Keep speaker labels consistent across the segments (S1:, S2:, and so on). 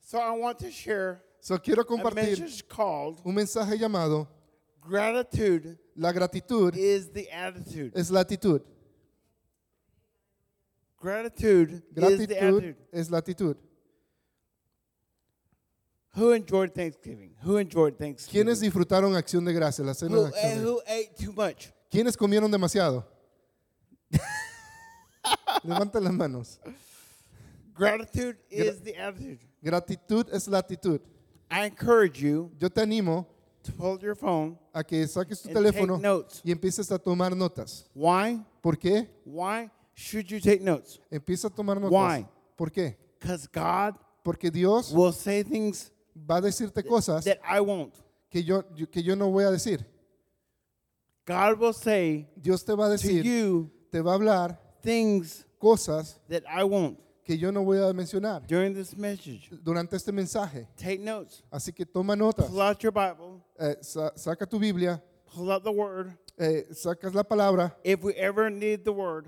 S1: So I want to share
S2: So, quiero
S1: a
S2: compartir
S1: message called
S2: un mensaje llamado
S1: Gratitude
S2: La gratitud
S1: is the attitude.
S2: es la actitud.
S1: Gratitude is the
S2: Gratitud
S1: attitude.
S2: es la actitud.
S1: Who enjoyed Thanksgiving? Who enjoyed Thanksgiving?
S2: ¿Quiénes disfrutaron acción de gracias, la cena
S1: who,
S2: de acción?
S1: eh,
S2: de-
S1: who ate too much?
S2: ¿Quiénes comieron demasiado? Levanta las manos.
S1: Gratitude is the attitude.
S2: Gratitud es la actitud.
S1: I encourage you
S2: Yo te animo
S1: to hold your phone.
S2: a que saques tu
S1: And take
S2: teléfono
S1: notes.
S2: y empieces a tomar notas.
S1: Why?
S2: ¿Por qué?
S1: Why should you take notes?
S2: Empieza a tomar notas.
S1: Why?
S2: ¿Por qué?
S1: Because God
S2: Porque Dios
S1: will say things
S2: va a decirte cosas
S1: that I won't.
S2: que yo, yo- que yo no voy a decir.
S1: God will say
S2: Dios te va
S1: to
S2: a decir,
S1: you
S2: te va a hablar
S1: things
S2: cosas
S1: that I won't
S2: que yo no voy a mencionar
S1: during this message.
S2: durante este mensaje.
S1: Take notes.
S2: Así que toma notas.
S1: Pull out your Bible.
S2: Eh, sa- saca tu Biblia,
S1: Pull out the Word.
S2: eh, sacas la palabra.
S1: If we ever need the Word,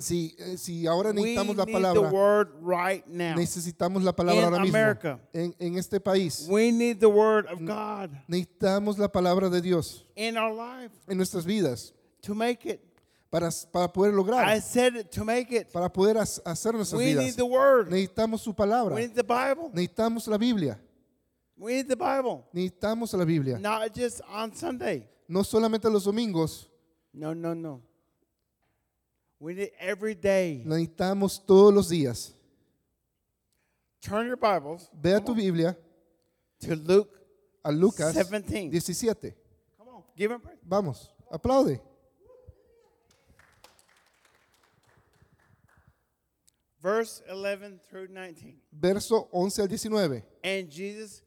S2: Si, eh, si ahora
S1: we
S2: necesitamos la
S1: need the
S2: palabra,
S1: Word right now.
S2: necesitamos la palabra
S1: In
S2: ahora mismo.
S1: America.
S2: En, en este país,
S1: We need the Word of God
S2: necesitamos la palabra de Dios.
S1: in our life
S2: en nuestras vidas
S1: to make it.
S2: para, para poder
S1: I
S2: lograr,
S1: said it to make it.
S2: para poder has- hacer nuestras
S1: We need
S2: vidas.
S1: the Word.
S2: Necesitamos su palabra,
S1: We need the Bible.
S2: necesitamos la Biblia,
S1: We need the Bible.
S2: necesitamos la Biblia.
S1: Not just on Sunday.
S2: No solamente los domingos,
S1: No, no, no. We need it every day.
S2: necesitamos todos los días.
S1: Turn your Bibles
S2: Ve a tu Biblia,
S1: to Luke.
S2: a Lucas
S1: 17.
S2: 17.
S1: Come on, give him praise.
S2: Vamos, aplaude.
S1: Verse 11 through 19.
S2: Verso 11 al 19.
S1: And Jesus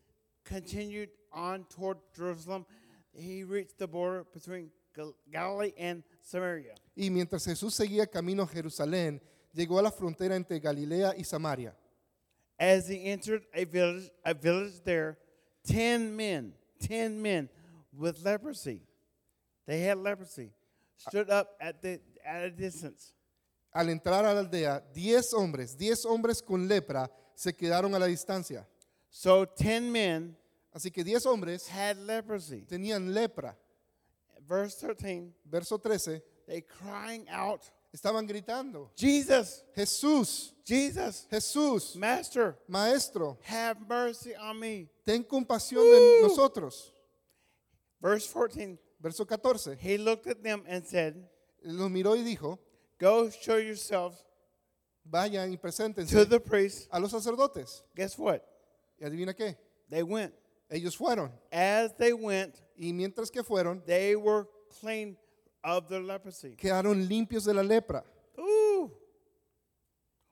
S1: continued on toward Jerusalem. He reached the border between Gal- Galilee and Samaria.
S2: Y mientras Jesús seguía camino a Jerusalén, llegó a la frontera entre Galilea y Samaria.
S1: As he entered a village, a village there, ten men, ten men with leprosy, they had leprosy, stood up at the at a distance.
S2: Al entrar a la aldea, 10 hombres, 10 hombres con lepra se quedaron a la distancia.
S1: So ten men
S2: Así que 10 hombres
S1: had leprosy.
S2: tenían lepra.
S1: Verse thirteen,
S2: Verso 13,
S1: they crying out,
S2: estaban gritando,
S1: Jesus,
S2: Jesús,
S1: Jesus,
S2: Jesús,
S1: Master,
S2: Maestro,
S1: have mercy on me.
S2: ten compasión de nosotros.
S1: Verse fourteen,
S2: Verso 14,
S1: he looked at them and said,
S2: los miró y dijo,
S1: Go show yourselves
S2: vayan y
S1: to
S2: preséntense
S1: the priest.
S2: a los sacerdotes.
S1: Guess what?
S2: Y adivina qué,
S1: They went.
S2: ellos fueron.
S1: As they went,
S2: Y mientras que fueron,
S1: they were clean of their leprosy.
S2: quedaron limpios de la lepra.
S1: Ooh.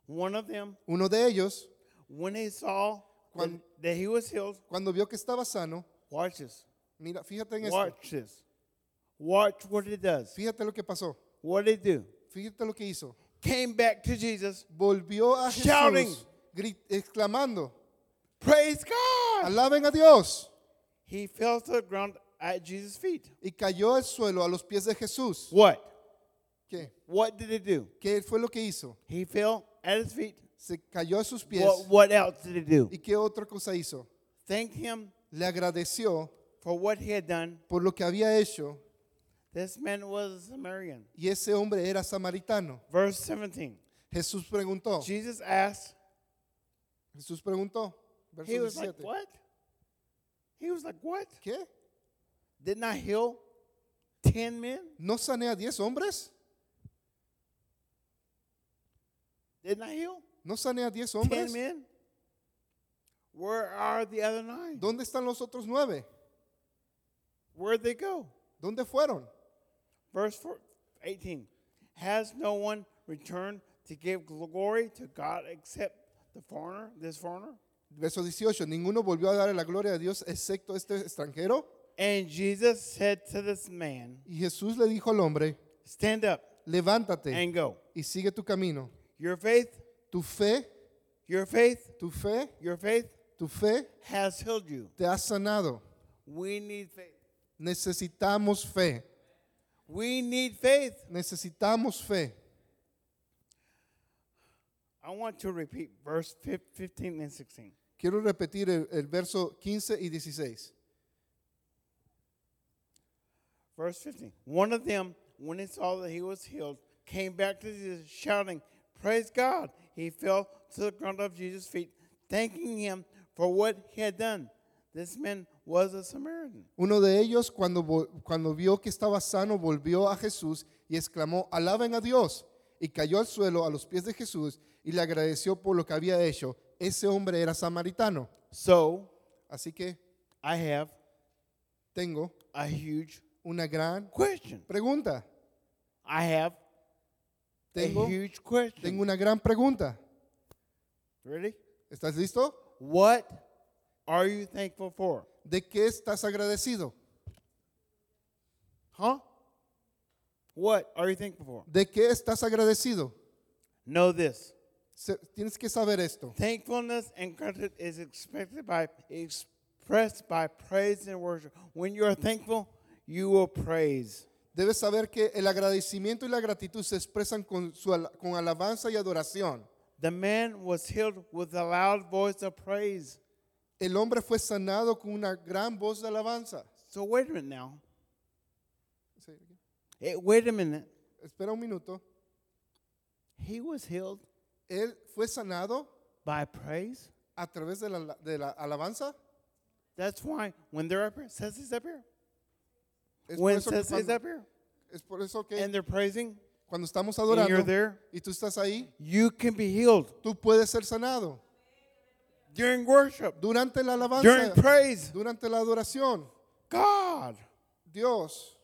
S1: One of them,
S2: Uno de ellos,
S1: when he saw
S2: Cuan-
S1: that he was healed,
S2: cuando vio que estaba sano,
S1: watch this.
S2: mira, fíjate en esto,
S1: Watch this. Watch what he does.
S2: fíjate lo que pasó,
S1: What did he do?
S2: fíjate lo que hizo.
S1: Came back to Jesus.
S2: Volvió a
S1: Shouting.
S2: Jesús grit- exclamando,
S1: Praise God.
S2: Alaben a Dios.
S1: He fell to the ground at Jesus' feet.
S2: Y cayó al suelo a los pies de Jesús.
S1: What?
S2: ¿Qué?
S1: What did he do?
S2: ¿Qué fue lo que hizo?
S1: He fell at his feet.
S2: Se cayó a sus pies.
S1: What, what else did he do?
S2: ¿Y qué otra cosa hizo?
S1: Thanked him
S2: Le agradeció
S1: for what he had done.
S2: por lo que había hecho
S1: This man was a Samaritan.
S2: y ese hombre era samaritano.
S1: Verse 17.
S2: Jesús preguntó.
S1: Jesus asked,
S2: Jesús preguntó. Verso
S1: he was like,
S2: 17.
S1: What? He was like, What?
S2: ¿Qué?
S1: Didn't I heal 10 men?
S2: ¿No sané a 10 hombres?
S1: Didn't I heal
S2: ¿No sané a 10
S1: 10
S2: hombres?
S1: men? Where are the other nine?
S2: ¿Dónde están los otros 9?
S1: Where'd they go?
S2: ¿Dónde fueron?
S1: Verse four, 18. Has no one returned to give glory to God except the foreigner, this foreigner?
S2: Verso 18. Ninguno volvió a darle la gloria a Dios excepto este extranjero.
S1: And Jesus said to this man,
S2: Y Jesús le dijo al hombre,
S1: Stand up
S2: levántate.
S1: and go.
S2: y sigue tu camino.
S1: Your faith,
S2: Tu fe,
S1: your faith,
S2: tu fe,
S1: your faith
S2: tu fe
S1: has healed you.
S2: te ha sanado.
S1: We need faith.
S2: Necesitamos fe.
S1: We need faith.
S2: Necesitamos fe.
S1: I want to repeat verse fif- 15 and 16.
S2: Quiero repetir el, el verso 15 y 16.
S1: Verse 15. One of them, when he saw that he was healed, came back to Jesus shouting, Praise God! He fell to the ground of Jesus' feet, thanking him for what he had done. This man was a Samaritan.
S2: Uno de ellos, cuando, vo- cuando vio que estaba sano, volvió a Jesús y exclamó, alaben a Dios. Y cayó al suelo a los pies de Jesús y le agradeció por lo que había hecho. Ese hombre era samaritano.
S1: So
S2: Así que
S1: I have
S2: tengo
S1: a huge
S2: una gran
S1: question.
S2: pregunta.
S1: I have
S2: Tengo,
S1: a huge question.
S2: tengo una gran pregunta.
S1: Ready?
S2: ¿Estás listo?
S1: What are you thankful for?
S2: ¿De qué estás agradecido?
S1: Huh? What are you thankful for?
S2: ¿De qué estás agradecido?
S1: Know this.
S2: Se- tienes que saber esto.
S1: Thankfulness and gratitude is expected by expressed by praise and worship. When you are thankful, you will praise.
S2: Debes saber que el agradecimiento y la gratitud se expresan con, su ala- con alabanza y adoración.
S1: The man was healed with a loud voice of praise.
S2: El hombre fue sanado con una gran voz de alabanza.
S1: So wait a minute now.
S2: Say it again.
S1: Eh, wait a minute.
S2: Espera un minuto.
S1: He was healed
S2: Él fue sanado
S1: by praise.
S2: a través de la, de la alabanza.
S1: That's why when they're up here, Ceci's up here.
S2: Es por,
S1: When
S2: eso que
S1: Ceci's up
S2: cuando,
S1: here
S2: es por eso
S1: and
S2: que
S1: they're praising,
S2: cuando estamos
S1: and you're
S2: adorando
S1: there,
S2: y tú estás ahí,
S1: you can be healed
S2: tú puedes ser sanado.
S1: during worship,
S2: Durante la
S1: during
S2: alabanza,
S1: praise.
S2: durante la adoración,
S1: God,
S2: Dios,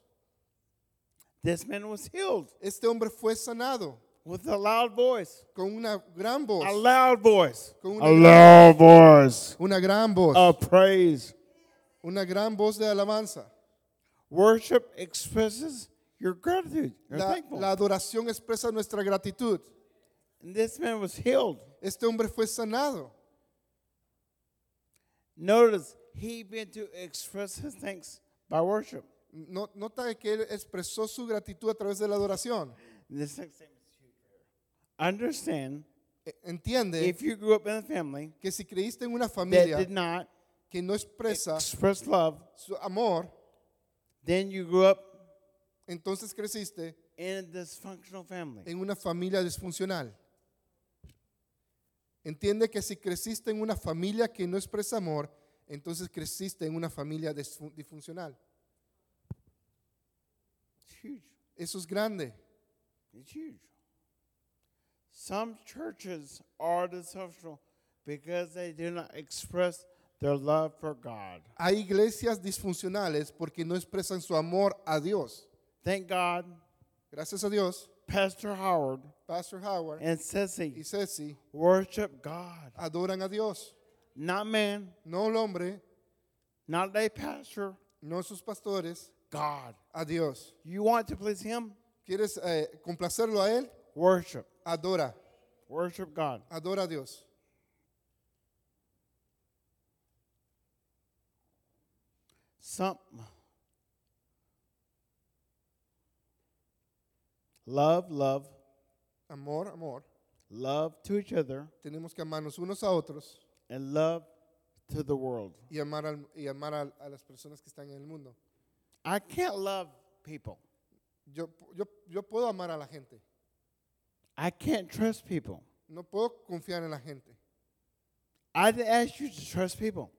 S1: this man was healed
S2: este hombre fue sanado
S1: with a loud voice.
S2: con una gran voz.
S1: A loud voice.
S2: Con
S1: A
S2: una,
S1: loud voice
S2: una gran voz.
S1: of praise.
S2: Una gran voz de alabanza.
S1: Worship expresses your gratitude. You're
S2: La,
S1: thankful.
S2: la adoración expresa nuestra gratitud.
S1: and this man was healed.
S2: Este hombre fue sanado.
S1: Notice he began to express his thanks by worship.
S2: No- nota que él expresó su gratitud a través de la adoración.
S1: And this next statement is huge. Understand
S2: E- Entiende
S1: if you grew up in a family
S2: que si creíste en una
S1: that
S2: familia
S1: did not
S2: que no expresa
S1: express love,
S2: su amor,
S1: then you grew up
S2: entonces creciste
S1: in a dysfunctional family.
S2: en una familia disfuncional. Entiende que si creciste en una familia que no expresa amor, entonces creciste en una familia disfun- disfuncional.
S1: It's huge.
S2: Eso es grande.
S1: It's huge. Some churches are dysfunctional because they do not express their love for God.
S2: Hay iglesias disfuncionales porque no expresan su amor a Dios.
S1: Thank God,
S2: Gracias a Dios,
S1: Pastor Howard
S2: Pastor Howard
S1: and
S2: y
S1: Ceci
S2: Ceci
S1: worship God,
S2: adoran a Dios,
S1: not man,
S2: no el hombre,
S1: not a pastor,
S2: no sus pastores,
S1: God.
S2: a Dios.
S1: You want to please Him?
S2: ¿Quieres eh, complacerlo a Él?
S1: Worship.
S2: Adora,
S1: Worship God.
S2: adora a Dios.
S1: Some love, love,
S2: Amor, amor.
S1: love to each other
S2: Tenemos que amarnos unos a otros
S1: and love to the world.
S2: y amar, al- y amar al- a, las personas que están en el mundo.
S1: I can't love people.
S2: Yo, yo, yo puedo amar a la gente,
S1: I can't trust people.
S2: no puedo confiar en la gente.
S1: I didn't ask you to trust people.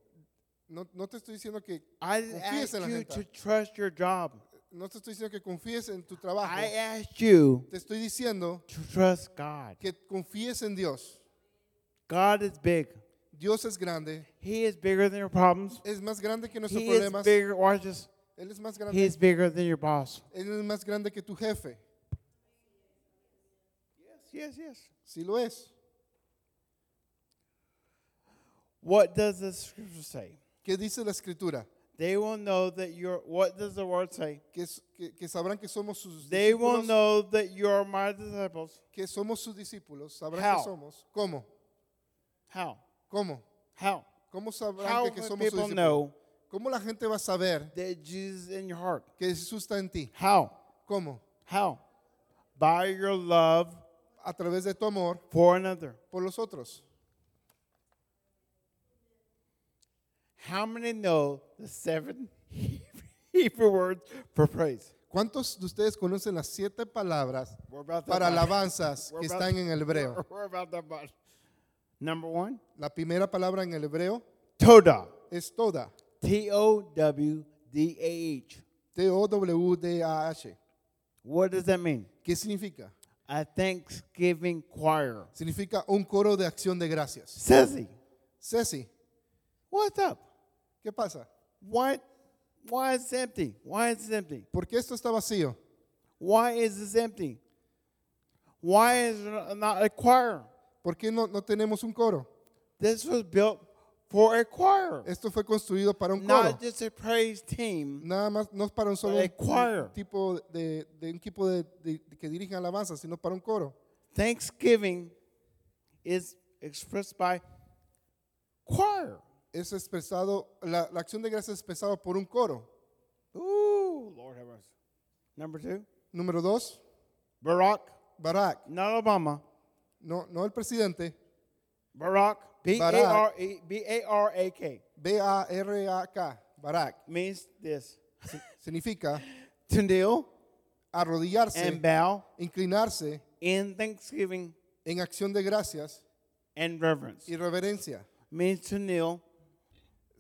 S2: No, no te estoy diciendo que
S1: I didn't
S2: Confíes
S1: ask
S2: en la
S1: you
S2: gente.
S1: to trust your job.
S2: no te estoy diciendo que confíes en tu trabajo.
S1: I asked you
S2: Te estoy diciendo
S1: to trust God.
S2: que confíes en Dios.
S1: God is big.
S2: Dios es grande,
S1: He is bigger than your problems.
S2: es más grande que nuestros
S1: He is
S2: problemas.
S1: bigger. Watch this.
S2: Él es más grande,
S1: He is bigger than your boss.
S2: él es más grande que tu jefe.
S1: Yes, yes.
S2: Sí lo es.
S1: What does the scripture say?
S2: ¿Qué dice la escritura?
S1: They will know that you're. What does the word say?
S2: Que, s- que- que sabrán que somos sus
S1: They will
S2: discípulos,
S1: know that you are my disciples.
S2: que somos sus discípulos, sabrán
S1: How?
S2: que somos. ¿Cómo?
S1: How?
S2: ¿Cómo?
S1: How?
S2: ¿Cómo sabrán
S1: How
S2: que, que
S1: will
S2: somos sus
S1: people
S2: discípulos?
S1: know
S2: ¿Cómo la gente va a saber
S1: that Jesus is in your heart?
S2: que Jesús está en ti?
S1: How?
S2: ¿Cómo?
S1: How? By your love
S2: A través de tu amor
S1: for another.
S2: por los otros.
S1: How many know the seven Hebrew words for praise?
S2: ¿Cuántos de ustedes conocen las siete palabras
S1: We're about to-
S2: para alabanzas
S1: we're
S2: que
S1: about-
S2: están en el hebreo?
S1: We're about that much. Number one,
S2: La primera palabra en el hebreo
S1: Toda.
S2: es toda,
S1: T O W D A H.
S2: T-O-W-D-A-H.
S1: What does that mean?
S2: ¿Qué significa?
S1: A Thanksgiving choir.
S2: Significa un coro de acción de gracias.
S1: Ceci,
S2: Ceci,
S1: what's up?
S2: ¿qué pasa?
S1: Why, why is it empty? Why is it empty?
S2: ¿Por qué esto está vacío?
S1: Why is this empty? Why is there not a choir?
S2: ¿Por qué no, no tenemos un coro?
S1: This was built for a choir,
S2: Esto fue construido para un coro.
S1: not just a praise team.
S2: Nada más, no es para un solo
S1: A choir.
S2: tipo de, de un equipo de, de- de que dirigen alabanza, sino para un coro.
S1: Thanksgiving is expressed by choir.
S2: Es expresado, la, la acción de gracias es expresada por un coro.
S1: Ooh, Lord have mercy. Number two,
S2: Número dos,
S1: Barack,
S2: Barack,
S1: not Obama.
S2: no, no el presidente,
S1: Barack, B A R E B A R A K
S2: B-A-R-A-K, Barack,
S1: means this.
S2: significa
S1: To kneel and
S2: arrodillarse,
S1: bow
S2: inclinarse
S1: in thanksgiving
S2: en acción de gracias
S1: and reverence.
S2: y reverencia.
S1: means to kneel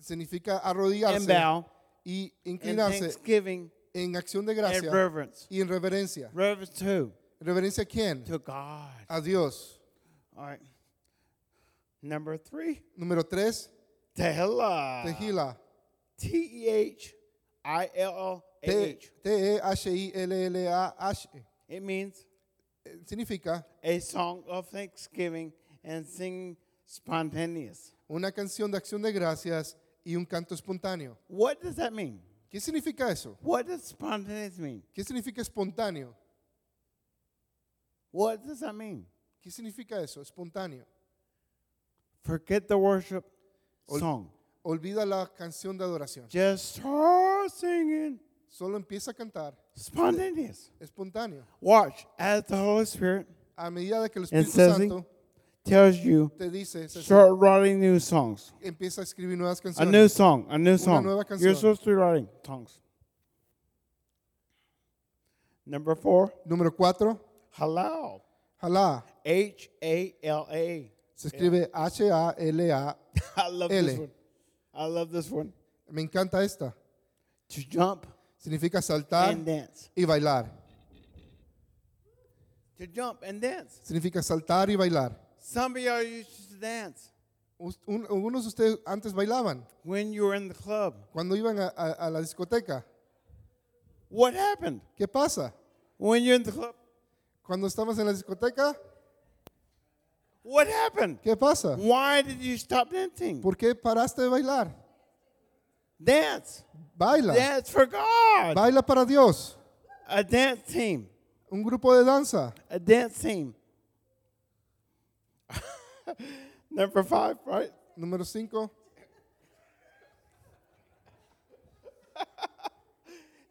S2: Significa
S1: and
S2: arrodillarse
S1: bow
S2: y
S1: in
S2: inclinarse
S1: thanksgiving
S2: en acción de
S1: and
S2: gracias
S1: reverence.
S2: y en reverencia.
S1: Reverence to who?
S2: ¿Reverencia a quién?
S1: To God.
S2: A Dios.
S1: All right. Number three,
S2: Número tres,
S1: Tehillah.
S2: Tehila.
S1: T E H I L L A H.
S2: E T-E-H-I-L-L-A-H.
S1: It means
S2: Eh, Significa
S1: a song of thanksgiving and singing spontaneous.
S2: una canción de acción de gracias y un canto espontáneo.
S1: What does that mean?
S2: ¿Qué significa eso?
S1: What does spontaneous mean?
S2: ¿Qué significa espontáneo?
S1: What does that mean?
S2: ¿Qué significa eso? Espontáneo.
S1: Forget the worship
S2: Ol-
S1: song.
S2: Olvida la canción de adoración.
S1: Just start singing
S2: Solo empieza a cantar
S1: spontaneous.
S2: espontáneo.
S1: Watch as the Holy Spirit
S2: A medida de que el
S1: And
S2: Espíritu
S1: Ceci
S2: Santo
S1: tells you,
S2: te dice, Ceci,
S1: start writing new songs.
S2: empieza a escribir nuevas
S1: A new
S2: canciones.
S1: song, a new song.
S2: nueva
S1: You're
S2: canción.
S1: supposed to be writing songs. Number four,
S2: Número cuatro,
S1: halal.
S2: Jalá.
S1: H A L A.
S2: Se escribe H-A-L-A.
S1: I love this
S2: L.
S1: one. I love this one.
S2: Me encanta esta.
S1: To jump
S2: Significa saltar
S1: and dance.
S2: y bailar.
S1: To jump and dance.
S2: Significa saltar y bailar.
S1: Some of y'all used to dance
S2: Us- un- algunos de ustedes antes bailaban
S1: when you were in the club.
S2: cuando iban a, a- a la discoteca.
S1: What happened?
S2: ¿Qué pasa?
S1: When you're in the club,
S2: Cuando estabas en la discoteca,
S1: what happened?
S2: ¿qué pasa?
S1: Why did you stop dancing?
S2: ¿Por qué paraste de bailar?
S1: Dance.
S2: Baila.
S1: Dance for God.
S2: Baila para Dios.
S1: A dance team.
S2: Un grupo de danza.
S1: A dance team. Number five, right?
S2: Número 5.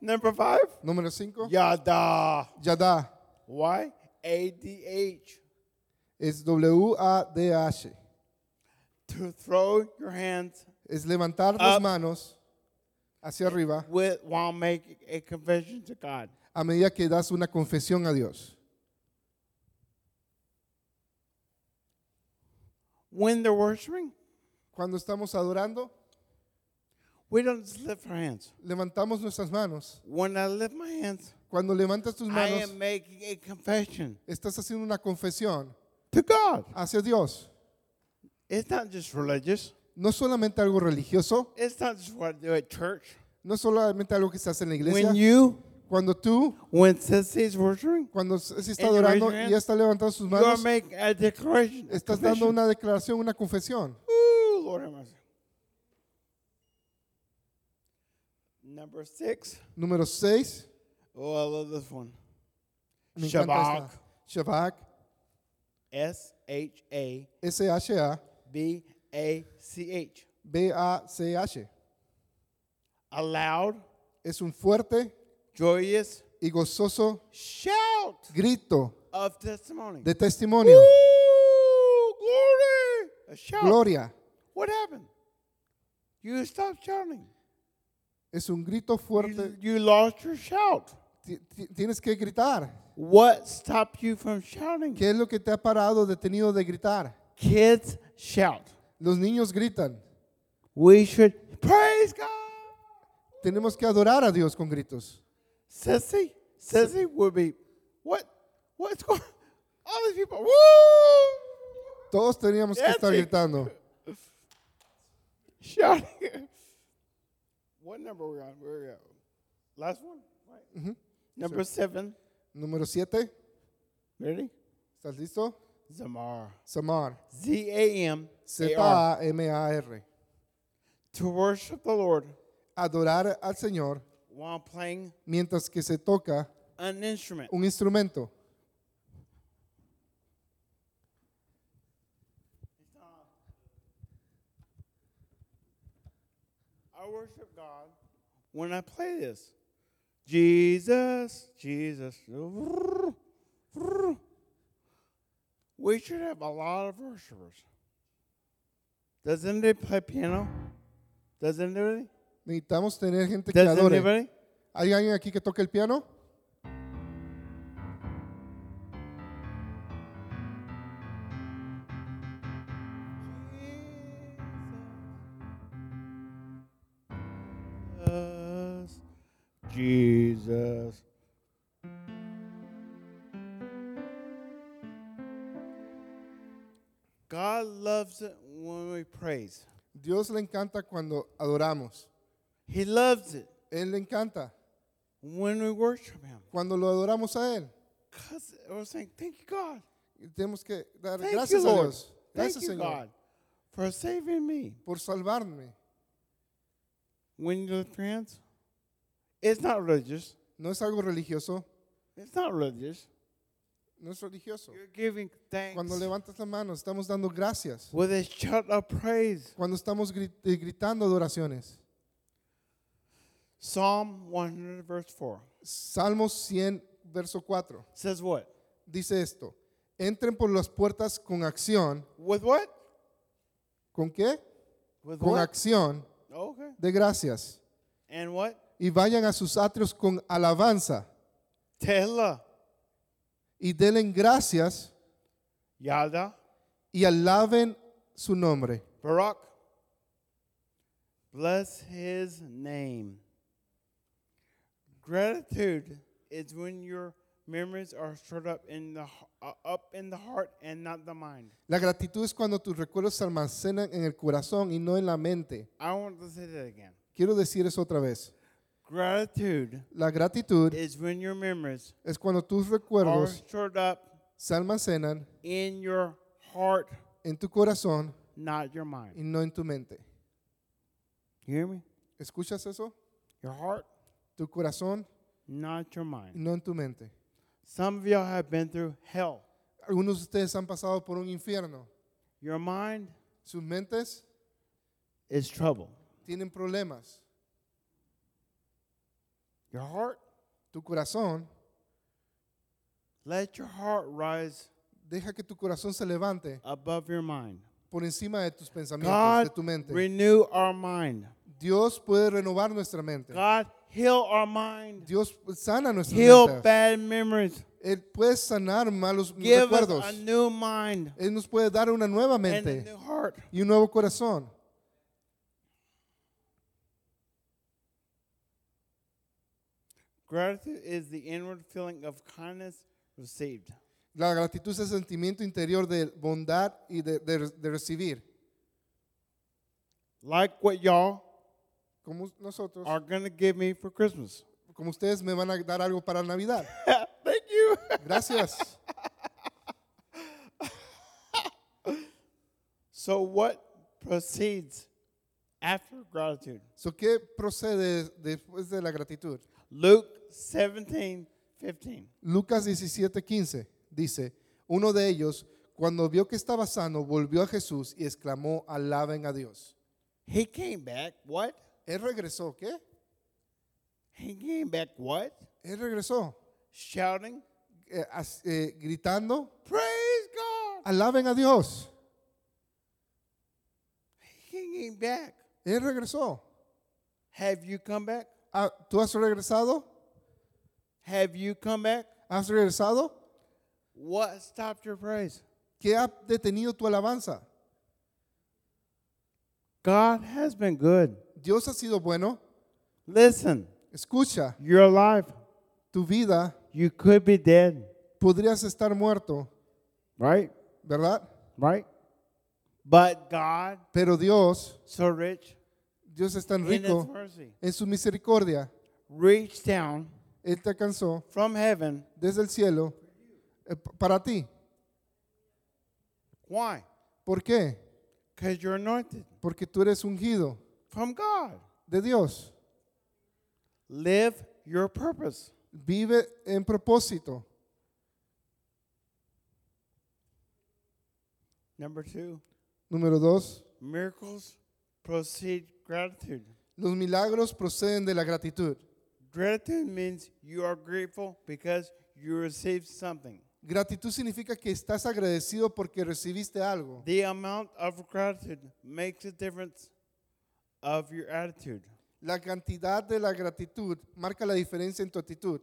S1: Number five?
S2: Número 5.
S1: Yada.
S2: Yadá.
S1: Y A D H.
S2: Es W-A-D-H.
S1: To throw your hands
S2: Es levantar las
S1: Up.
S2: manos hacia arriba
S1: with while making a confession to God.
S2: a medida que das una confesión a Dios.
S1: When they're worshiping,
S2: Cuando estamos adorando,
S1: we don't just lift our hands.
S2: levantamos nuestras manos.
S1: When I lift my hands,
S2: Cuando levantas tus
S1: I
S2: manos,
S1: am making a confession
S2: estás haciendo una confesión
S1: to God.
S2: hacia Dios.
S1: It's not just religious.
S2: No solamente algo religioso,
S1: It's not just what I do at church.
S2: no solamente algo que se hace en la iglesia.
S1: When you,
S2: Cuando tú,
S1: when Ceci's worshiping,
S2: cuando se se está
S1: And you raise
S2: adorando
S1: your
S2: y
S1: hand.
S2: ya está levantando sus
S1: you are
S2: manos,
S1: making a declaration. a
S2: estás dando
S1: confession.
S2: una declaración, una confesión.
S1: Ooh, Uh, Lord have mercy. Number six.
S2: Número 6.
S1: Oh, I love this one.
S2: Me encanta
S1: Shabak.
S2: esta. Shabak.
S1: S H A
S2: S-H-A-B-A-C-H.
S1: B A C H. A loud,
S2: Es un fuerte
S1: joyous
S2: y gozoso
S1: shout
S2: grito
S1: of testimony.
S2: de testimonio.
S1: Ooh, glory! A shout.
S2: Gloria.
S1: What happened? You stopped shouting.
S2: Es un grito
S1: You,
S2: fuerte.
S1: you lost your shout.
S2: Ti- ti- Tienes que gritar.
S1: What stopped you from shouting?
S2: ¿Qué es lo que te ha parado detenido de gritar?
S1: Kids shout.
S2: Los niños gritan.
S1: We should praise God.
S2: Tenemos que adorar a Dios con gritos.
S1: Sissy, Sissy would be, what, what's going? All these people, woo,
S2: Todos teníamos que estar
S1: Dancing.
S2: gritando.
S1: shouting. What number we on? Where we at? Last one. Right. Number seven.
S2: Número 7.
S1: Ready?
S2: ¿Estás listo?
S1: Zamar.
S2: Samar.
S1: Z A M A R.
S2: Z-A-M-A-R.
S1: To worship the Lord
S2: Adorar al Señor
S1: while playing
S2: mientras que se toca
S1: an instrument.
S2: un instrumento.
S1: I worship God when I play this. Jesus, Jesus. We should have a lot of worshipers. Does anybody play piano? Does anybody?
S2: Necesitamos tener gente que
S1: Does
S2: adore.
S1: anybody?
S2: ¿Hay alguien aquí que toque el piano?
S1: Jesus. Jesus. God loves it when we praise.
S2: Dios le encanta cuando adoramos.
S1: He loves it
S2: Él le encanta
S1: when we worship Him.
S2: cuando lo adoramos a Él.
S1: Because we're saying, Thank you, God.
S2: Tenemos que dar
S1: Thank
S2: gracias
S1: you,
S2: a
S1: Lord.
S2: Dios.
S1: Thank
S2: Gracias,
S1: you,
S2: Señor,
S1: God, for saving me.
S2: por salvarme.
S1: When you lift your hands, it's not religious.
S2: No es algo religioso,
S1: It's not religious.
S2: no es religioso.
S1: You're giving thanks
S2: Cuando levantas la mano, estamos dando gracias.
S1: with a shout of praise.
S2: Cuando estamos gri- eh, gritando adoraciones.
S1: Psalm 100, verse 4
S2: Salmos 100, verso 4,
S1: says what?
S2: dice esto. Entren por las puertas con acción.
S1: With what?
S2: ¿Con qué?
S1: With
S2: Con
S1: what?
S2: acción
S1: Okay.
S2: de gracias.
S1: And what?
S2: Y vayan a sus atrios con alabanza.
S1: Tehla,
S2: Y denle gracias
S1: Yada,
S2: y alaben su nombre.
S1: Barak. Bless his name. Gratitude is when your memories are stored up in the h- uh, up in the heart and not the mind.
S2: La gratitud es cuando tus recuerdos se almacenan en el corazón y no en la mente.
S1: I want to say that again.
S2: Quiero decir eso otra vez.
S1: Gratitude
S2: La gratitud
S1: is when your memories
S2: es cuando tus
S1: are
S2: recuerdos
S1: stored up
S2: se almacenan
S1: in your heart,
S2: en tu corazón
S1: not your
S2: y
S1: mind.
S2: no en tu mente.
S1: You hear me?
S2: ¿Escuchas eso?
S1: Your heart,
S2: Tu corazón
S1: not your
S2: y
S1: mind.
S2: no en tu mente.
S1: Some of y'all have been through hell.
S2: Algunos de ustedes han pasado por un infierno.
S1: Your mind
S2: Sus mentes
S1: is trouble.
S2: tienen problemas.
S1: Your heart,
S2: Tu corazón,
S1: let your heart rise
S2: deja que tu corazón se levante
S1: above your mind.
S2: por encima de tus pensamientos, de
S1: God,
S2: tu mente.
S1: renew our mind.
S2: Dios puede renovar nuestra mente.
S1: God, heal our mind.
S2: Dios sana nuestra
S1: Heal
S2: mente.
S1: bad memories.
S2: Él puede sanar malos
S1: Give us
S2: recuerdos.
S1: a new mind
S2: Él nos puede dar una nueva
S1: and a
S2: mente
S1: new heart.
S2: y un nuevo corazón.
S1: Gratitude is the inward feeling of kindness received.
S2: La gratitud es el sentimiento interior de bondad y de, de- de recibir.
S1: Like what y'all
S2: Como nosotros,
S1: are going to give me for Christmas.
S2: como ustedes me van a dar algo para Navidad.
S1: Thank you.
S2: Gracias.
S1: So, what proceeds after gratitude?
S2: So, ¿Qué procede después de la gratitud?
S1: Luke 17 15.
S2: Lucas 17, 15 dice, uno de ellos, cuando vio que estaba sano, volvió a Jesús y exclamó, alaben a Dios.
S1: He came back. What?
S2: Él regresó, ¿qué?
S1: He came back. What?
S2: Él regresó
S1: Shouting,
S2: eh, as- eh, gritando,
S1: Praise God.
S2: alaben a Dios.
S1: He came back.
S2: Él regresó.
S1: Have you come back?
S2: Ah, ¿Tú has regresado?
S1: Have you come back?
S2: ¿Has regresado?
S1: What stopped your praise?
S2: ¿Qué ha detenido tu alabanza?
S1: God has been good.
S2: Dios ha sido bueno.
S1: Listen,
S2: Escucha,
S1: you're alive.
S2: tu vida
S1: You could be dead,
S2: podrías estar muerto,
S1: right?
S2: ¿verdad?
S1: Right? But God,
S2: Pero Dios,
S1: so rich
S2: Dios es tan
S1: in His
S2: rico
S1: mercy,
S2: en su misericordia.
S1: reached down
S2: Él te alcanzó
S1: from heaven.
S2: desde el cielo eh, p- para ti.
S1: Why?
S2: ¿Por qué?
S1: Because you're anointed
S2: Porque tú eres ungido
S1: from God.
S2: de Dios.
S1: Live your purpose.
S2: Vive en propósito.
S1: Number two,
S2: Número dos,
S1: miracles proceed gratitude.
S2: los milagros proceden de la gratitud.
S1: Gratitude means you are grateful because you received something.
S2: Gratitud significa que estás agradecido porque recibiste algo.
S1: The amount of gratitude makes a difference of your attitude.
S2: La cantidad de la gratitud marca la diferencia en tu actitud.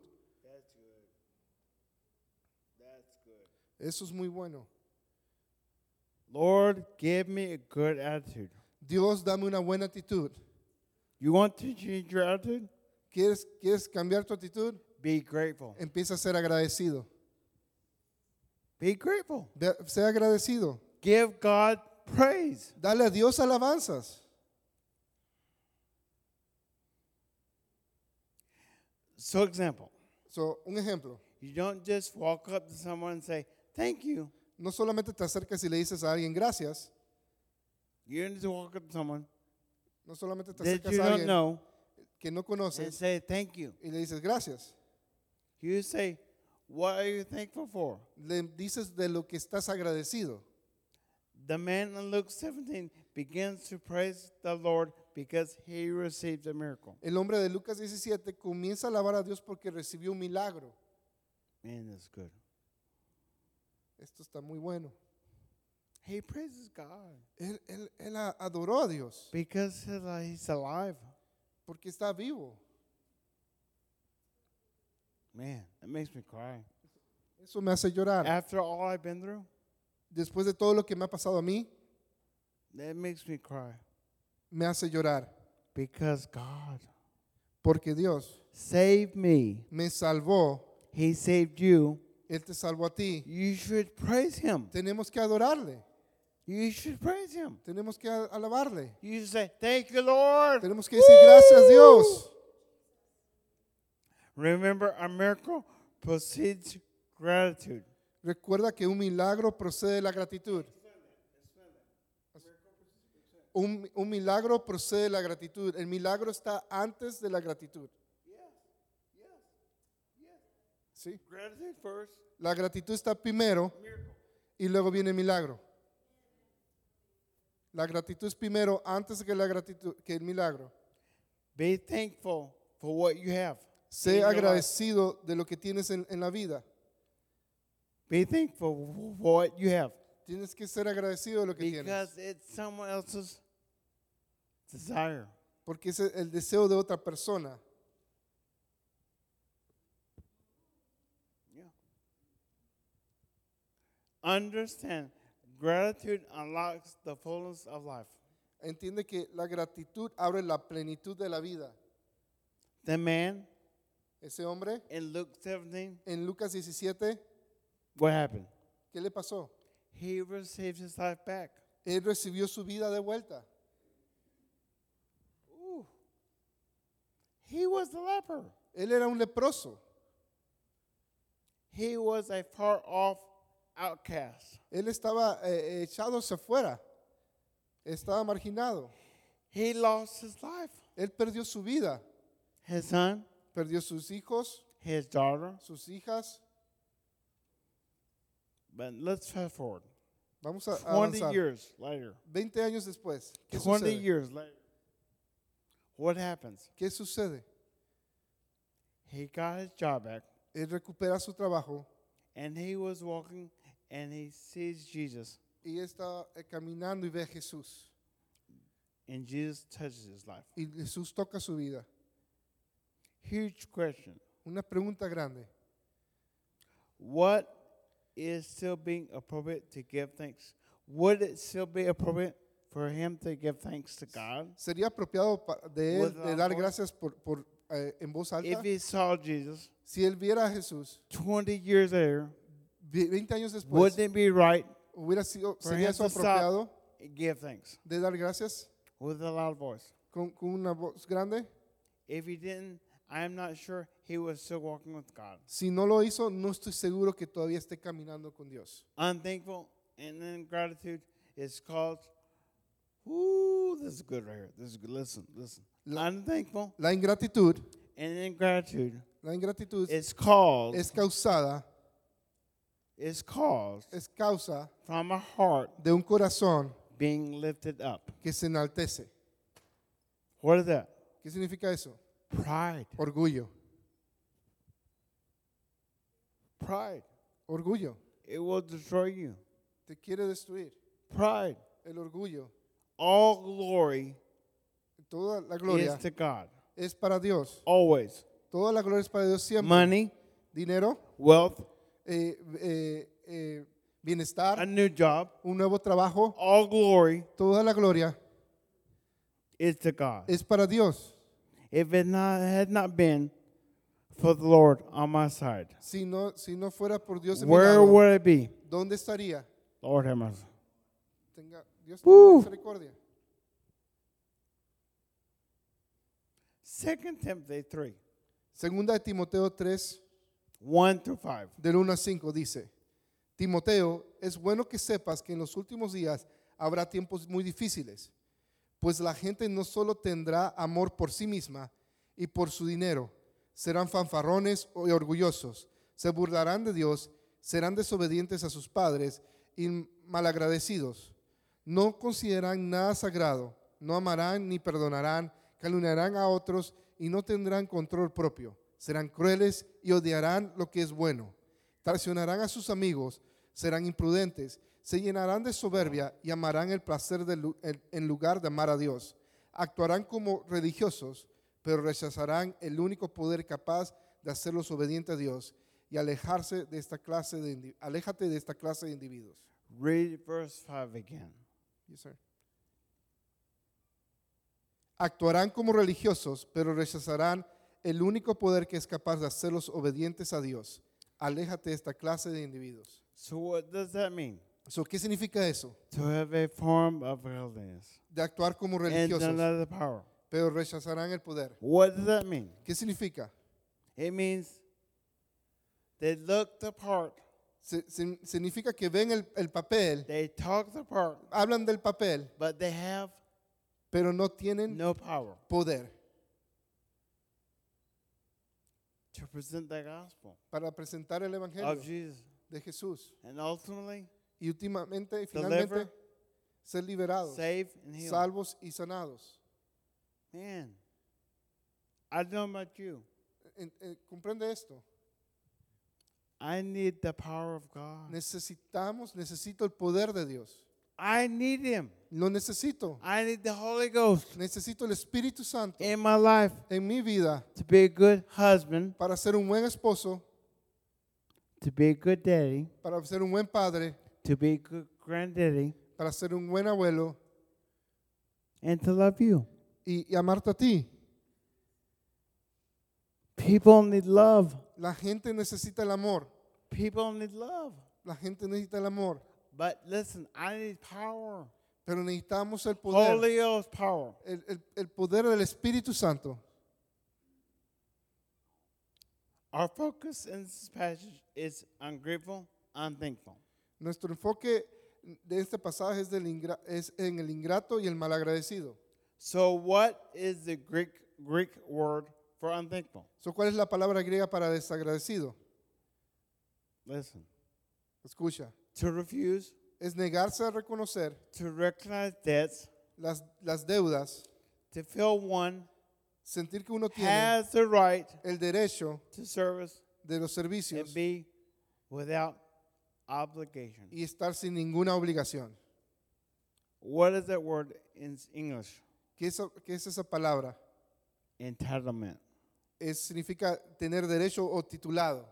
S2: Eso es muy bueno.
S1: Lord, give me a good attitude.
S2: Dios, dame una buena actitud.
S1: You want to change your attitude?
S2: ¿Quieres, quieres cambiar tu actitud?
S1: Be grateful.
S2: Empieza a ser agradecido.
S1: Be grateful.
S2: Ve- Sea agradecido.
S1: Give God praise.
S2: Dale a Dios alabanzas.
S1: So, example,
S2: So, un ejemplo.
S1: you don't just walk up to someone and say, Thank you.
S2: No solamente te acercas y le dices a alguien gracias.
S1: You need to walk up to someone
S2: No solamente te
S1: that
S2: acercas
S1: you
S2: a
S1: don't
S2: alguien
S1: know
S2: que no
S1: and
S2: conoces
S1: say, Thank you.
S2: y le dices gracias.
S1: You say, What are you thankful for?
S2: Le dices de lo que estás agradecido.
S1: The man in Luke 17 begins to praise the Lord because he received a miracle.
S2: El hombre de Lucas 17 comienza a alabar a Dios porque recibió un milagro.
S1: Man, that's good.
S2: Esto está muy bueno.
S1: He praises God
S2: Él, él- él a- adoró a Dios
S1: because he's al- he's alive.
S2: porque está vivo.
S1: Man, that makes me cry.
S2: Eso me hace llorar.
S1: After all I've been through,
S2: Después de todo lo que me ha pasado a mí,
S1: that makes me cry
S2: me hace llorar.
S1: because God
S2: Porque Dios
S1: saved me.
S2: me salvó.
S1: He saved you.
S2: Él te salvó a ti.
S1: You should praise him.
S2: Tenemos que adorarle.
S1: You should praise him.
S2: Tenemos que a- alabarle.
S1: You should say, Thank you, Lord.
S2: Tenemos que decir gracias Dios.
S1: Remember, a miracle precedes gratitude.
S2: Recuerda que un milagro procede de la gratitud. Un, un milagro procede de la gratitud. El milagro está antes de la gratitud. ¿Sí?
S1: Gratitude first.
S2: La gratitud está primero y luego viene el milagro. La gratitud es primero antes que la gratitud, que el milagro.
S1: Be thankful for what you have. in
S2: Sé
S1: your life.
S2: agradecido de lo que tienes en, en la vida.
S1: Be thankful for what you have.
S2: Tienes que ser agradecido de lo que tienes.
S1: Because it's someone else's desire.
S2: Porque es el deseo de otra persona.
S1: Understand, gratitude unlocks the fullness of life.
S2: Entiende que la gratitud abre la plenitud de la vida.
S1: The man
S2: Ese hombre
S1: in Luke 17,
S2: en Lucas 17,
S1: what happened?
S2: ¿qué le pasó?
S1: He received his life back.
S2: Él recibió su vida de vuelta.
S1: He was a leper.
S2: Él era un leproso.
S1: He was a far off outcast.
S2: Él estaba eh, eh, echado hacia afuera. Estaba marginado.
S1: He lost his life.
S2: Él perdió su vida.
S1: His son,
S2: Perdió sus hijos,
S1: his daughter.
S2: sus hijas.
S1: But let's fast forward.
S2: Vamos a a
S1: 20
S2: avanzar.
S1: years later.
S2: 20 años después. ¿Qué
S1: 20
S2: sucede?
S1: years later. What happens?
S2: ¿Qué sucede?
S1: He got his job back
S2: Él recupera su trabajo
S1: and he was walking and he sees Jesus.
S2: y está eh, caminando y ve a Jesús.
S1: and Jesus touches his life.
S2: y Jesús toca su vida.
S1: Huge question.
S2: Una pregunta grande.
S1: What is still being appropriate to give thanks? Would it still be appropriate for him to give thanks to God
S2: ¿Sería apropiado pa- de él
S1: With
S2: de
S1: our
S2: dar
S1: voice.
S2: gracias por, por, eh, en voz alta?
S1: if he saw Jesus
S2: Si él viera a Jesús
S1: 20 years later?
S2: ve- 20 años después,
S1: Wouldn't it be right
S2: hubiera sido,
S1: for
S2: ¿sería
S1: him
S2: eso
S1: to
S2: apropiado
S1: stop and give thanks
S2: de dar gracias
S1: with a loud voice?
S2: con, con una voz grande?
S1: If he didn't, I'm not sure he was still walking with God.
S2: Si no lo hizo, no estoy seguro que todavía esté caminando con Dios.
S1: Unthankful and ingratitude is called. Ooh, this is good right here. This is good. Listen, listen. Unthankful
S2: La ingratitud,
S1: and ingratitude
S2: la ingratitud
S1: is called.
S2: es causada,
S1: is caused
S2: es causa
S1: from a heart
S2: de un corazón
S1: being lifted up.
S2: que se enaltece.
S1: What is that?
S2: ¿Qué significa eso?
S1: Pride.
S2: Orgullo,
S1: Pride.
S2: orgullo.
S1: It will destroy you.
S2: Te quiere destruir.
S1: Pride.
S2: El orgullo,
S1: All glory
S2: toda la
S1: is
S2: gloria
S1: to God.
S2: es para Dios.
S1: Always.
S2: Toda la gloria es para Dios siempre.
S1: Money,
S2: Dinero,
S1: wealth,
S2: eh, eh, eh, bienestar,
S1: a new job.
S2: un nuevo trabajo.
S1: All glory
S2: Toda la gloria
S1: is to God.
S2: es para Dios.
S1: If it not, had not been for the Lord on my side,
S2: Si no, si no fuera por Dios, en mi
S1: where
S2: lado,
S1: would I be?
S2: ¿dónde estaría?
S1: Lord have mercy.
S2: Tenga, Dios tenga
S1: Uh.
S2: misericordia.
S1: Second Timothy 3,
S2: Segunda de Timoteo 3,
S1: 1 through 5.
S2: del 1 al 5 dice, Timoteo, es bueno que sepas que en los últimos días habrá tiempos muy difíciles, pues la gente no solo tendrá amor por sí misma y por su dinero, serán fanfarrones y orgullosos, se burlarán de Dios, serán desobedientes a sus padres y malagradecidos. No consideran nada sagrado, no amarán ni perdonarán, calumniarán a otros y no tendrán control propio. Serán crueles y odiarán lo que es bueno. Traicionarán a sus amigos, serán imprudentes, se llenarán de soberbia y amarán el placer del lu- en- en lugar de amar a Dios. Actuarán como religiosos, pero rechazarán el único poder capaz de hacerlos obedientes a Dios y alejarse de esta clase de indi- aléjate de esta clase de individuos.
S1: Read verse 5 again.
S2: Yes, sir. Actuarán como religiosos, pero rechazarán el único poder que es capaz de hacerlos obedientes a Dios. Aléjate de esta clase de individuos.
S1: So, what does that mean?
S2: So, ¿Qué significa eso?
S1: To have a form of godliness
S2: De actuar como
S1: and
S2: religiosos,
S1: another power.
S2: pero rechazarán el poder.
S1: What does that mean?
S2: ¿Qué significa?
S1: It means they look the part,
S2: Se- se- significa que ven el, el papel,
S1: they talk the part,
S2: hablan del papel,
S1: but they have
S2: pero no tienen
S1: no power
S2: poder
S1: to present the gospel
S2: para presentar el
S1: of
S2: evangelio
S1: Jesus.
S2: de Jesús.
S1: And ultimately,
S2: Y últimamente, y finalmente,
S1: deliver,
S2: ser liberados.
S1: save, and heal.
S2: salvos y sanados.
S1: Man, I don't know about you.
S2: En- en- comprende esto.
S1: I need the power of God.
S2: Necesitamos, necesito el poder de Dios.
S1: I need Him.
S2: Lo necesito.
S1: I need the Holy Ghost
S2: Necesito el Espíritu Santo
S1: in my life
S2: en mi vida
S1: to be a good husband,
S2: para ser un buen esposo,
S1: to be a good daddy,
S2: para ser un buen padre,
S1: to be a good granddaddy,
S2: para ser un buen abuelo
S1: and to love you.
S2: y, y amarte a ti.
S1: People need love.
S2: La gente necesita el amor.
S1: People need love.
S2: La gente necesita el amor.
S1: But listen, I need power.
S2: Pero necesitamos el poder.
S1: Holy Ghost power.
S2: El, el- el poder del Espíritu Santo.
S1: Our focus in this passage is ungrateful, unthankful.
S2: Nuestro enfoque de este pasaje es, del ingra- es en el ingrato y el malagradecido.
S1: So, what is the Greek Greek word for unthankful?
S2: So, ¿Cuál es la palabra griega para desagradecido?
S1: Listen,
S2: Escucha.
S1: to refuse,
S2: Es negarse a reconocer
S1: to recognize debts,
S2: las, las deudas,
S1: to feel one
S2: sentir que uno tiene
S1: has the right
S2: el derecho
S1: to service
S2: de los
S1: and
S2: servicios
S1: be without obligation.
S2: y estar sin ninguna obligación.
S1: What is that word in English?
S2: ¿Qué es, qué es esa palabra?
S1: Entitlement.
S2: Es, significa tener derecho o titulado.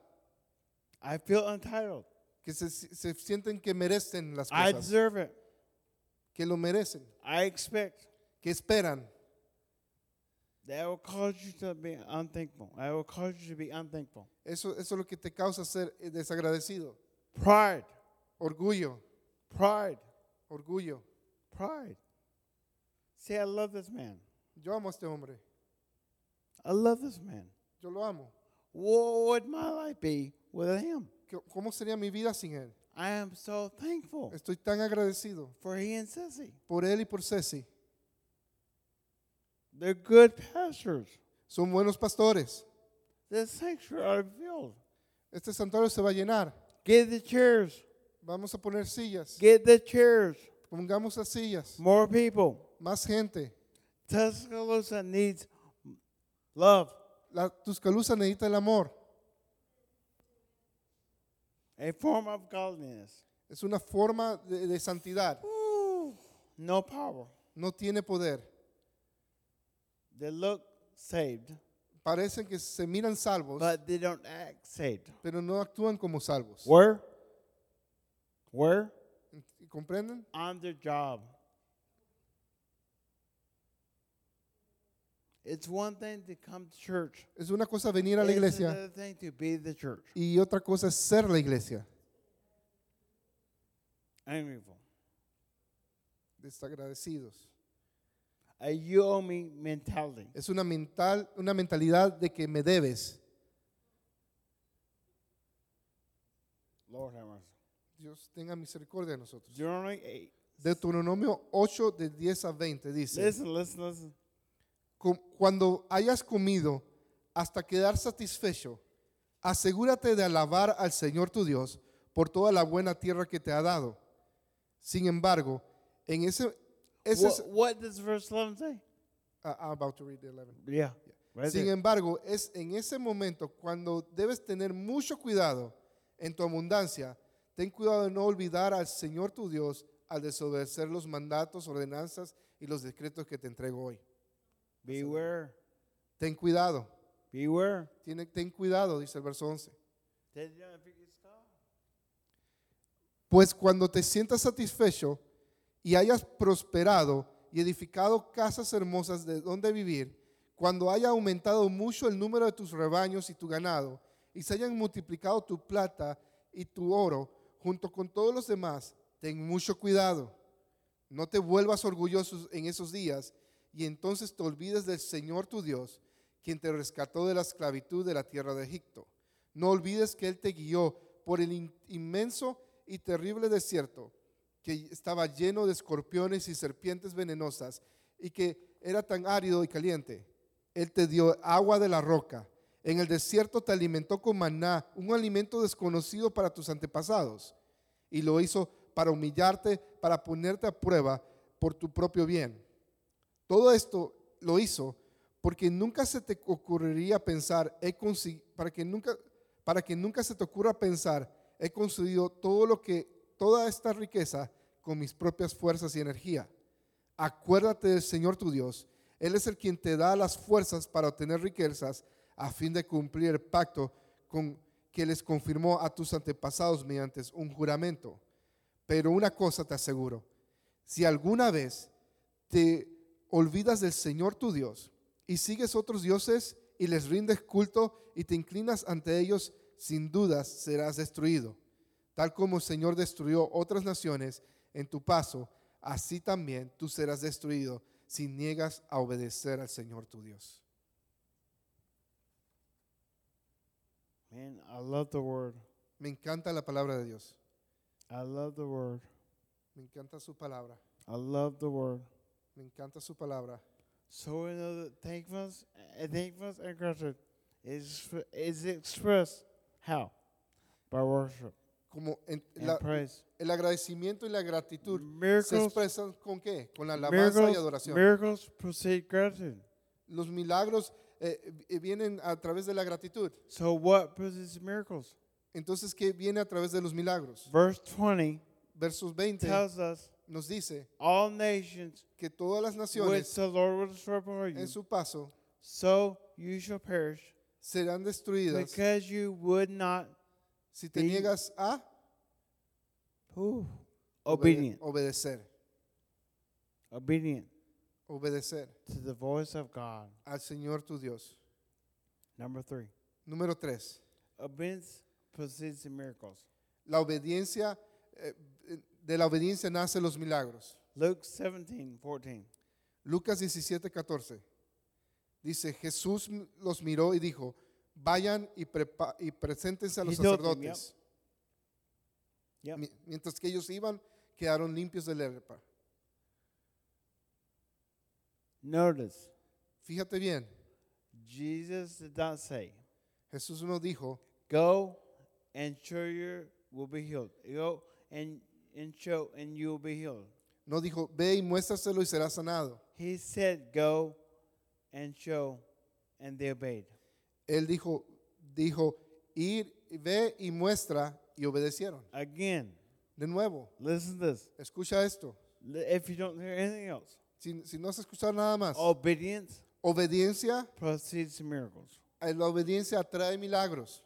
S1: I feel entitled.
S2: Que se, se sienten que merecen las
S1: I
S2: cosas.
S1: deserve it.
S2: Que lo merecen.
S1: I expect.
S2: Que esperan.
S1: That will cause you to be unthankful. I will cause you to be unthankful.
S2: Eso, eso es lo que te causa ser eh, desagradecido.
S1: Pride,
S2: Orgullo.
S1: pride,
S2: Orgullo.
S1: pride. See, I love this man.
S2: Yo amo a este hombre.
S1: I love this man.
S2: Yo lo amo.
S1: What would my life be without him?
S2: ¿Qué- ¿Cómo sería mi vida sin él?
S1: I am so thankful
S2: Estoy tan agradecido
S1: for he and Sissy.
S2: por él y por Ceci.
S1: They're good pastors.
S2: Son buenos pastores.
S1: This sanctuary filled.
S2: Este santuario se va a llenar.
S1: Get the chairs.
S2: Vamos a poner sillas.
S1: Get the chairs.
S2: Pongamos las sillas.
S1: More people.
S2: Más gente.
S1: Tuscaloosa needs love.
S2: La Tuscaloosa necesita el amor.
S1: A form of godliness.
S2: Es una forma de, de santidad.
S1: Ooh, no power.
S2: No tiene poder.
S1: They look saved,
S2: Parecen que se miran salvos,
S1: but they don't act saved.
S2: pero no actúan como salvos.
S1: Where? Where?
S2: ¿Comprenden?
S1: On their job. It's one thing to come to church.
S2: Es una cosa venir a la
S1: It's
S2: iglesia
S1: another thing to be the church.
S2: y otra cosa es ser la iglesia.
S1: Ungrateful.
S2: Desagradecidos.
S1: A you owe me mentality.
S2: Es una, mental, una mentalidad de que me debes.
S1: Lord have mercy.
S2: Dios tenga misericordia de nosotros.
S1: Deuteronomy 8.
S2: Deuteronomio 8 de 10 a 20 dice,
S1: Listen, listen, listen.
S2: "Com- cuando hayas comido hasta quedar satisfecho, asegúrate de alabar al Señor tu Dios por toda la buena tierra que te ha dado. Sin embargo, en ese... ese
S1: What,
S2: es-
S1: what does verse 11 say?
S2: Ah, I'm about to read the 11.
S1: Yeah. Right
S2: Sin
S1: there.
S2: embargo, es en ese momento cuando debes tener mucho cuidado en tu abundancia. Ten cuidado de no olvidar al Señor tu Dios al desobedecer los mandatos, ordenanzas y los decretos que te entrego hoy.
S1: Beware.
S2: Ten cuidado,
S1: Beware.
S2: tiene, ten cuidado, dice el verso 11.
S1: They don't think it's God.
S2: Pues cuando te sientas satisfecho y hayas prosperado y edificado casas hermosas de donde vivir, cuando haya aumentado mucho el número de tus rebaños y tu ganado, y se hayan multiplicado tu plata y tu oro, junto con todos los demás, ten mucho cuidado. No te vuelvas orgulloso en esos días, y entonces te olvides del Señor tu Dios, quien te rescató de la esclavitud de la tierra de Egipto. No olvides que Él te guió por el in- inmenso y terrible desierto, que estaba lleno de escorpiones y serpientes venenosas, y que era tan árido y caliente. Él te dio agua de la roca. En el desierto te alimentó con maná, un alimento desconocido para tus antepasados. Y lo hizo para humillarte, para ponerte a prueba por tu propio bien. Todo esto lo hizo porque nunca se te ocurriría pensar, he consi- para que nunca para que nunca se te ocurra pensar, he conseguido todo lo que toda esta riqueza con mis propias fuerzas y energía. Acuérdate del Señor tu Dios, él es el quien te da las fuerzas para obtener riquezas a fin de cumplir el pacto con que les confirmó a tus antepasados mediante un juramento. Pero una cosa te aseguro, si alguna vez te olvidas del Señor tu Dios y sigues otros dioses y les rindes culto y te inclinas ante ellos, sin dudas serás destruido. Tal como el Señor destruyó otras naciones en tu paso, así también tú serás destruido si niegas a obedecer al Señor tu Dios.
S1: Man, I love the word.
S2: Me encanta la palabra de Dios.
S1: I love the word.
S2: Me encanta su palabra.
S1: I love the word.
S2: Me encanta su palabra.
S1: So we know that thankfulness, uh, thankfulness and gratitude is f- is expressed how by worship
S2: Como en-
S1: and
S2: la-
S1: praise.
S2: el agradecimiento y la gratitud se
S1: Miracles,
S2: expresan con qué? Con la alabanza y
S1: miracles,
S2: adoración.
S1: miracles precede gratitude.
S2: Los milagros eh, eh, vienen a través de la gratitud.
S1: So what precedes miracles?
S2: Entonces, ¿qué viene a través de los milagros?
S1: Verse twenty
S2: Versos 20
S1: tells us
S2: nos dice
S1: all nations
S2: que todas las
S1: which
S2: naciones
S1: the Lord will destroy before you,
S2: en su paso
S1: so you shall perish
S2: serán destruidas
S1: because you would not
S2: si te
S1: be
S2: niegas a
S1: whew,
S2: obede-
S1: obedient,
S2: obedecer,
S1: obedient
S2: obedecer
S1: to the voice of God.
S2: al Señor tu Dios.
S1: Number three,
S2: Número tres,
S1: obedience precedes the miracles.
S2: la obediencia, eh, de la obediencia nacen los milagros.
S1: Luke 17, 14.
S2: Lucas 17, 14. Dice, Jesús m- los miró y dijo, vayan y, prepa- y preséntense a
S1: He
S2: los
S1: told them,
S2: sacerdotes.
S1: Yep.
S2: Mi- Mientras que ellos iban, quedaron limpios de la lepra.
S1: Notice,
S2: Fíjate bien,
S1: Jesus did not say,
S2: Jesús no dijo,
S1: Go and show you will be healed. Go and, and show and you will be healed.
S2: no dijo, ve y muéstraselo y será sanado.
S1: He said, Go and show, and they obeyed.
S2: Él dijo, dijo, ir, ve y muestra y obedecieron.
S1: Again,
S2: De nuevo,
S1: listen to this.
S2: escucha esto.
S1: L- If you don't hear anything else,
S2: Si, si no has escuchado nada más,
S1: Oh. obedience
S2: obediencia,
S1: precedes the miracles.
S2: eh, la obediencia atrae milagros.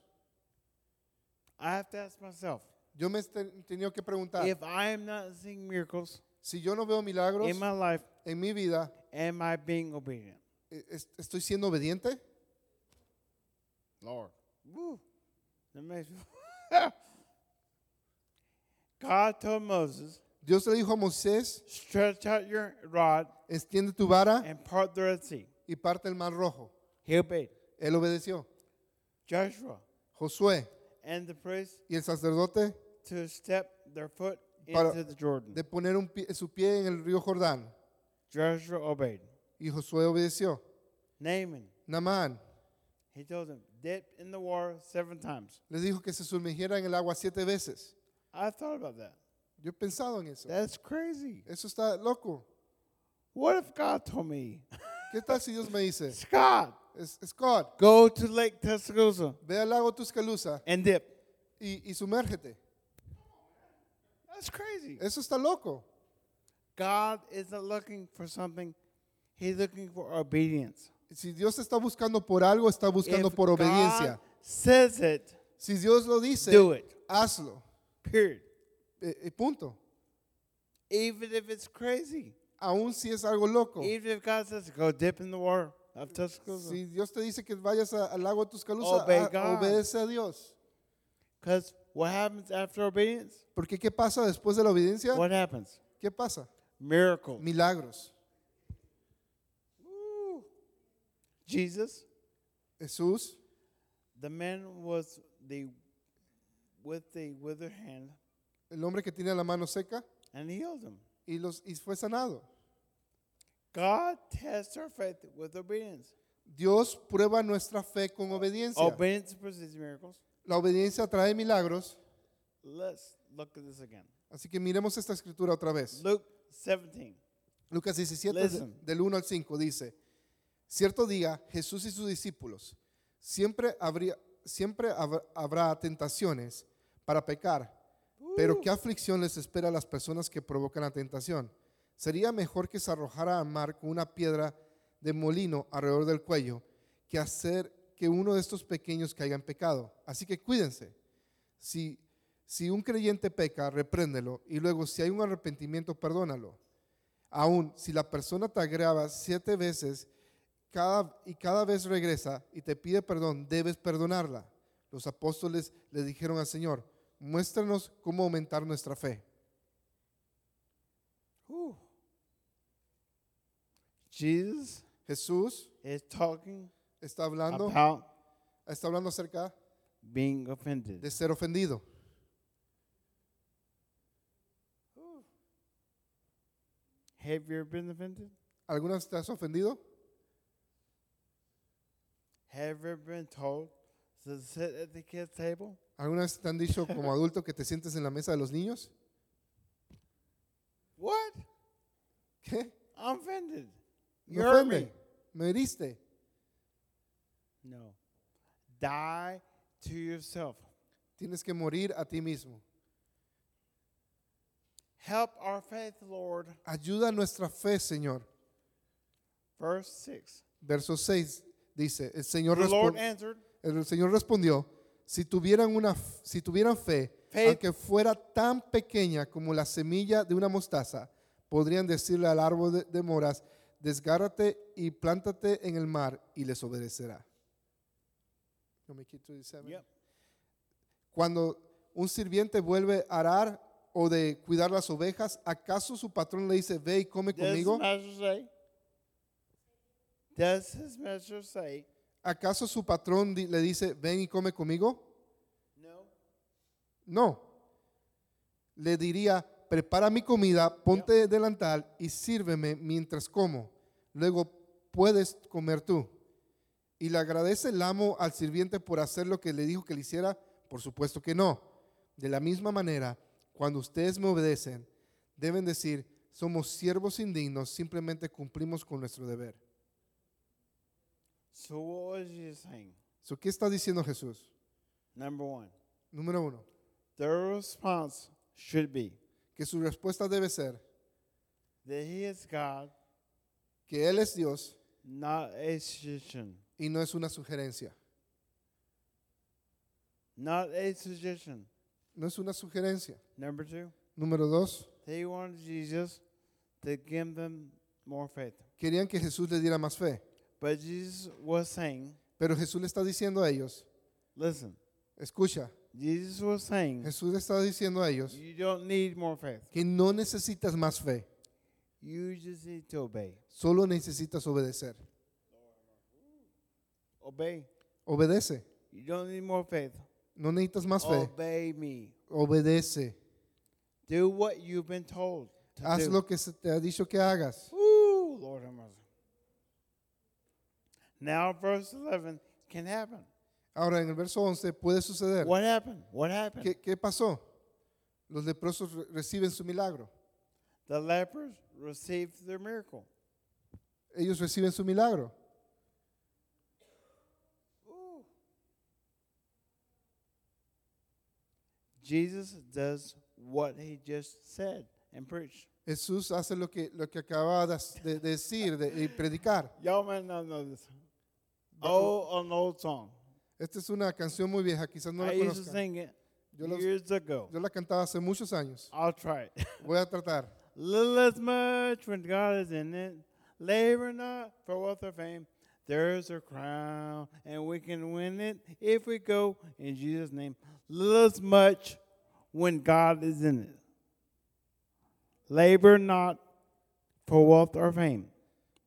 S1: I have to ask myself
S2: Yo me he ten- tenido que preguntar,
S1: if I am not seeing miracles
S2: si yo no veo milagros
S1: in my life,
S2: en mi vida,
S1: am I being obedient?
S2: eh, es- ¿estoy siendo obediente?
S1: Lord. Woo. That makes me- God told Moses,
S2: Dios le dijo a Moisés,
S1: stretch out your rod
S2: extiende tu vara
S1: and part the Red Sea.
S2: y parte el mar rojo.
S1: He obeyed.
S2: Él obedeció.
S1: Joshua
S2: Josué
S1: and the priests
S2: y el sacerdote
S1: to step their foot
S2: Para-
S1: into uh, the Jordan.
S2: de poner un pie- su pie en el río Jordán.
S1: Joshua obeyed.
S2: Y Josué obedeció.
S1: Naaman,
S2: Namán
S1: he told them, dip in the water seven times.
S2: les dijo que se sumergiera en el agua siete veces.
S1: I thought about that.
S2: Yo he pensado en eso.
S1: That's crazy.
S2: Eso está loco.
S1: What if God told me,
S2: ¿Qué tal si Dios me dice,
S1: Scott,
S2: "Es- Scott,
S1: go to Lake Tuscaloosa
S2: ve al lago Tuscaloosa
S1: and dip?
S2: y, y sumérgete?
S1: That's crazy.
S2: Eso está loco.
S1: God isn't looking for something. He's looking for obedience.
S2: Si Dios está buscando por algo, está buscando
S1: If
S2: por
S1: God
S2: obediencia.
S1: says it,
S2: Si Dios lo dice,
S1: do it.
S2: hazlo.
S1: Period.
S2: Eh, eh, punto.
S1: Even if it's crazy.
S2: Aún si es algo loco.
S1: Even if God says go dip in the water of Tuscaloosa.
S2: Si Dios te dice que vayas a- al lago Tuscaloosa,
S1: Obey
S2: a-
S1: God.
S2: obedece a Dios.
S1: Because what happens after obedience?
S2: Porque ¿qué pasa después de la obediencia?
S1: What happens?
S2: ¿Qué pasa?
S1: Miracle.
S2: Milagros.
S1: Jesus,
S2: Jesús,
S1: the man was the with the withered hand,
S2: el hombre que tiene la mano seca,
S1: and he healed him.
S2: y, los, y fue sanado.
S1: God tests our faith with obedience.
S2: Dios prueba nuestra fe con obediencia.
S1: Obedience precedes miracles.
S2: la obediencia trae milagros.
S1: Let's look at this again.
S2: Así que miremos esta escritura otra vez.
S1: Luke 17.
S2: Lucas 17, de-
S1: Listen.
S2: del 1 al 5, dice, cierto día Jesús y sus discípulos, siempre, habría, siempre hab- habrá tentaciones para pecar, pero ¿qué aflicción les espera a las personas que provocan la tentación? Sería mejor que se arrojara al mar con una piedra de molino alrededor del cuello que hacer que uno de estos pequeños caiga en pecado. Así que cuídense. Si, si un creyente peca, repréndelo y luego si hay un arrepentimiento, perdónalo. Aún si la persona te agrava siete veces cada, y cada vez regresa y te pide perdón, debes perdonarla. Los apóstoles le dijeron al Señor, muéstranos cómo aumentar nuestra fe.
S1: Whew. Jesus
S2: Jesús
S1: is talking
S2: está hablando,
S1: about
S2: está hablando acerca
S1: being offended.
S2: de ser ofendido.
S1: Have you ever been offended?
S2: ¿Alguna vez te has ofendido?
S1: Have you ever been told to sit at the kids' table?
S2: ¿Alguna vez te han dicho como adulto que te sientes en la mesa de los niños?
S1: What?
S2: ¿Qué?
S1: I'm offended.
S2: Me
S1: You hurt me.
S2: ofende. Me heriste.
S1: No. Die to yourself.
S2: Tienes que morir a ti mismo.
S1: Help our faith, Lord.
S2: Ayuda nuestra fe, Señor.
S1: Verse 6.
S2: Verso 6 dice, el Señor,
S1: The Lord
S2: respon-
S1: answered,
S2: el Señor respondió, si tuvieran, una, f- si tuvieran fe,
S1: Faith.
S2: aunque fuera tan pequeña como la semilla de una mostaza, podrían decirle al árbol de, de moras, desgárrate y plántate en el mar y les obedecerá. Can we keep to the seven?
S1: Yep.
S2: Cuando un sirviente vuelve a arar o de cuidar las ovejas, ¿acaso su patrón le dice, ve y come
S1: Does his
S2: conmigo?
S1: master say? Does his master say?
S2: ¿Acaso su patrón di- le dice, ven y come conmigo?
S1: No.
S2: No. Le diría, prepara mi comida, ponte delantal y sírveme mientras como. Luego puedes comer tú. ¿Y le agradece el amo al sirviente por hacer lo que le dijo que le hiciera? Por supuesto que no. De la misma manera, cuando ustedes me obedecen, deben decir, somos siervos indignos, simplemente cumplimos con nuestro deber.
S1: So what was he saying?
S2: So, ¿Qué está diciendo Jesús?
S1: Number one,
S2: Número uno,
S1: their response should be
S2: que su respuesta debe ser
S1: that he is God,
S2: que Él es Dios
S1: not a suggestion,
S2: y no es una sugerencia.
S1: not a suggestion.
S2: No es una sugerencia.
S1: Number two,
S2: Número dos,
S1: they wanted Jesus to give them more faith,
S2: querían que Jesús les diera más fe.
S1: but Jesus was saying,
S2: Pero Jesús le está diciendo a ellos,
S1: listen,
S2: escucha,
S1: Jesus was saying,
S2: Jesús le está diciendo a ellos
S1: you don't need more faith.
S2: que no necesitas más fe,
S1: You just need to obey.
S2: solo necesitas obedecer.
S1: Obey.
S2: Obedece,
S1: You don't need more faith.
S2: no necesitas más fe,
S1: Obey me.
S2: obedece.
S1: Do what you've been told to
S2: Haz
S1: do.
S2: lo que se te ha dicho que hagas.
S1: Woo, Lord have mercy. Now, verse 11 can happen.
S2: Ahora en el verso 11 puede suceder.
S1: What happened? What happened?
S2: ¿Qué, qué pasó? Los leprosos re- reciben su milagro.
S1: The lepers received their miracle.
S2: Ellos reciben su milagro.
S1: Jesus does what he just said and preached.
S2: Jesús hace lo que, lo que acaba de, de decir de- y predicar.
S1: Y'all might not know this. Oh, an old song.
S2: Esta es una canción muy vieja, quizás no la
S1: I used to
S2: conozcan.
S1: sing it
S2: Yo la-
S1: years ago.
S2: Yo la cantaba hace muchos años.
S1: I'll try it.
S2: Voy a tratar.
S1: Little as much when God is in it. Labor not for wealth or fame. There's a crown, and we can win it if we go in Jesus' name. Little as much when God is in it. Labor not for wealth or fame.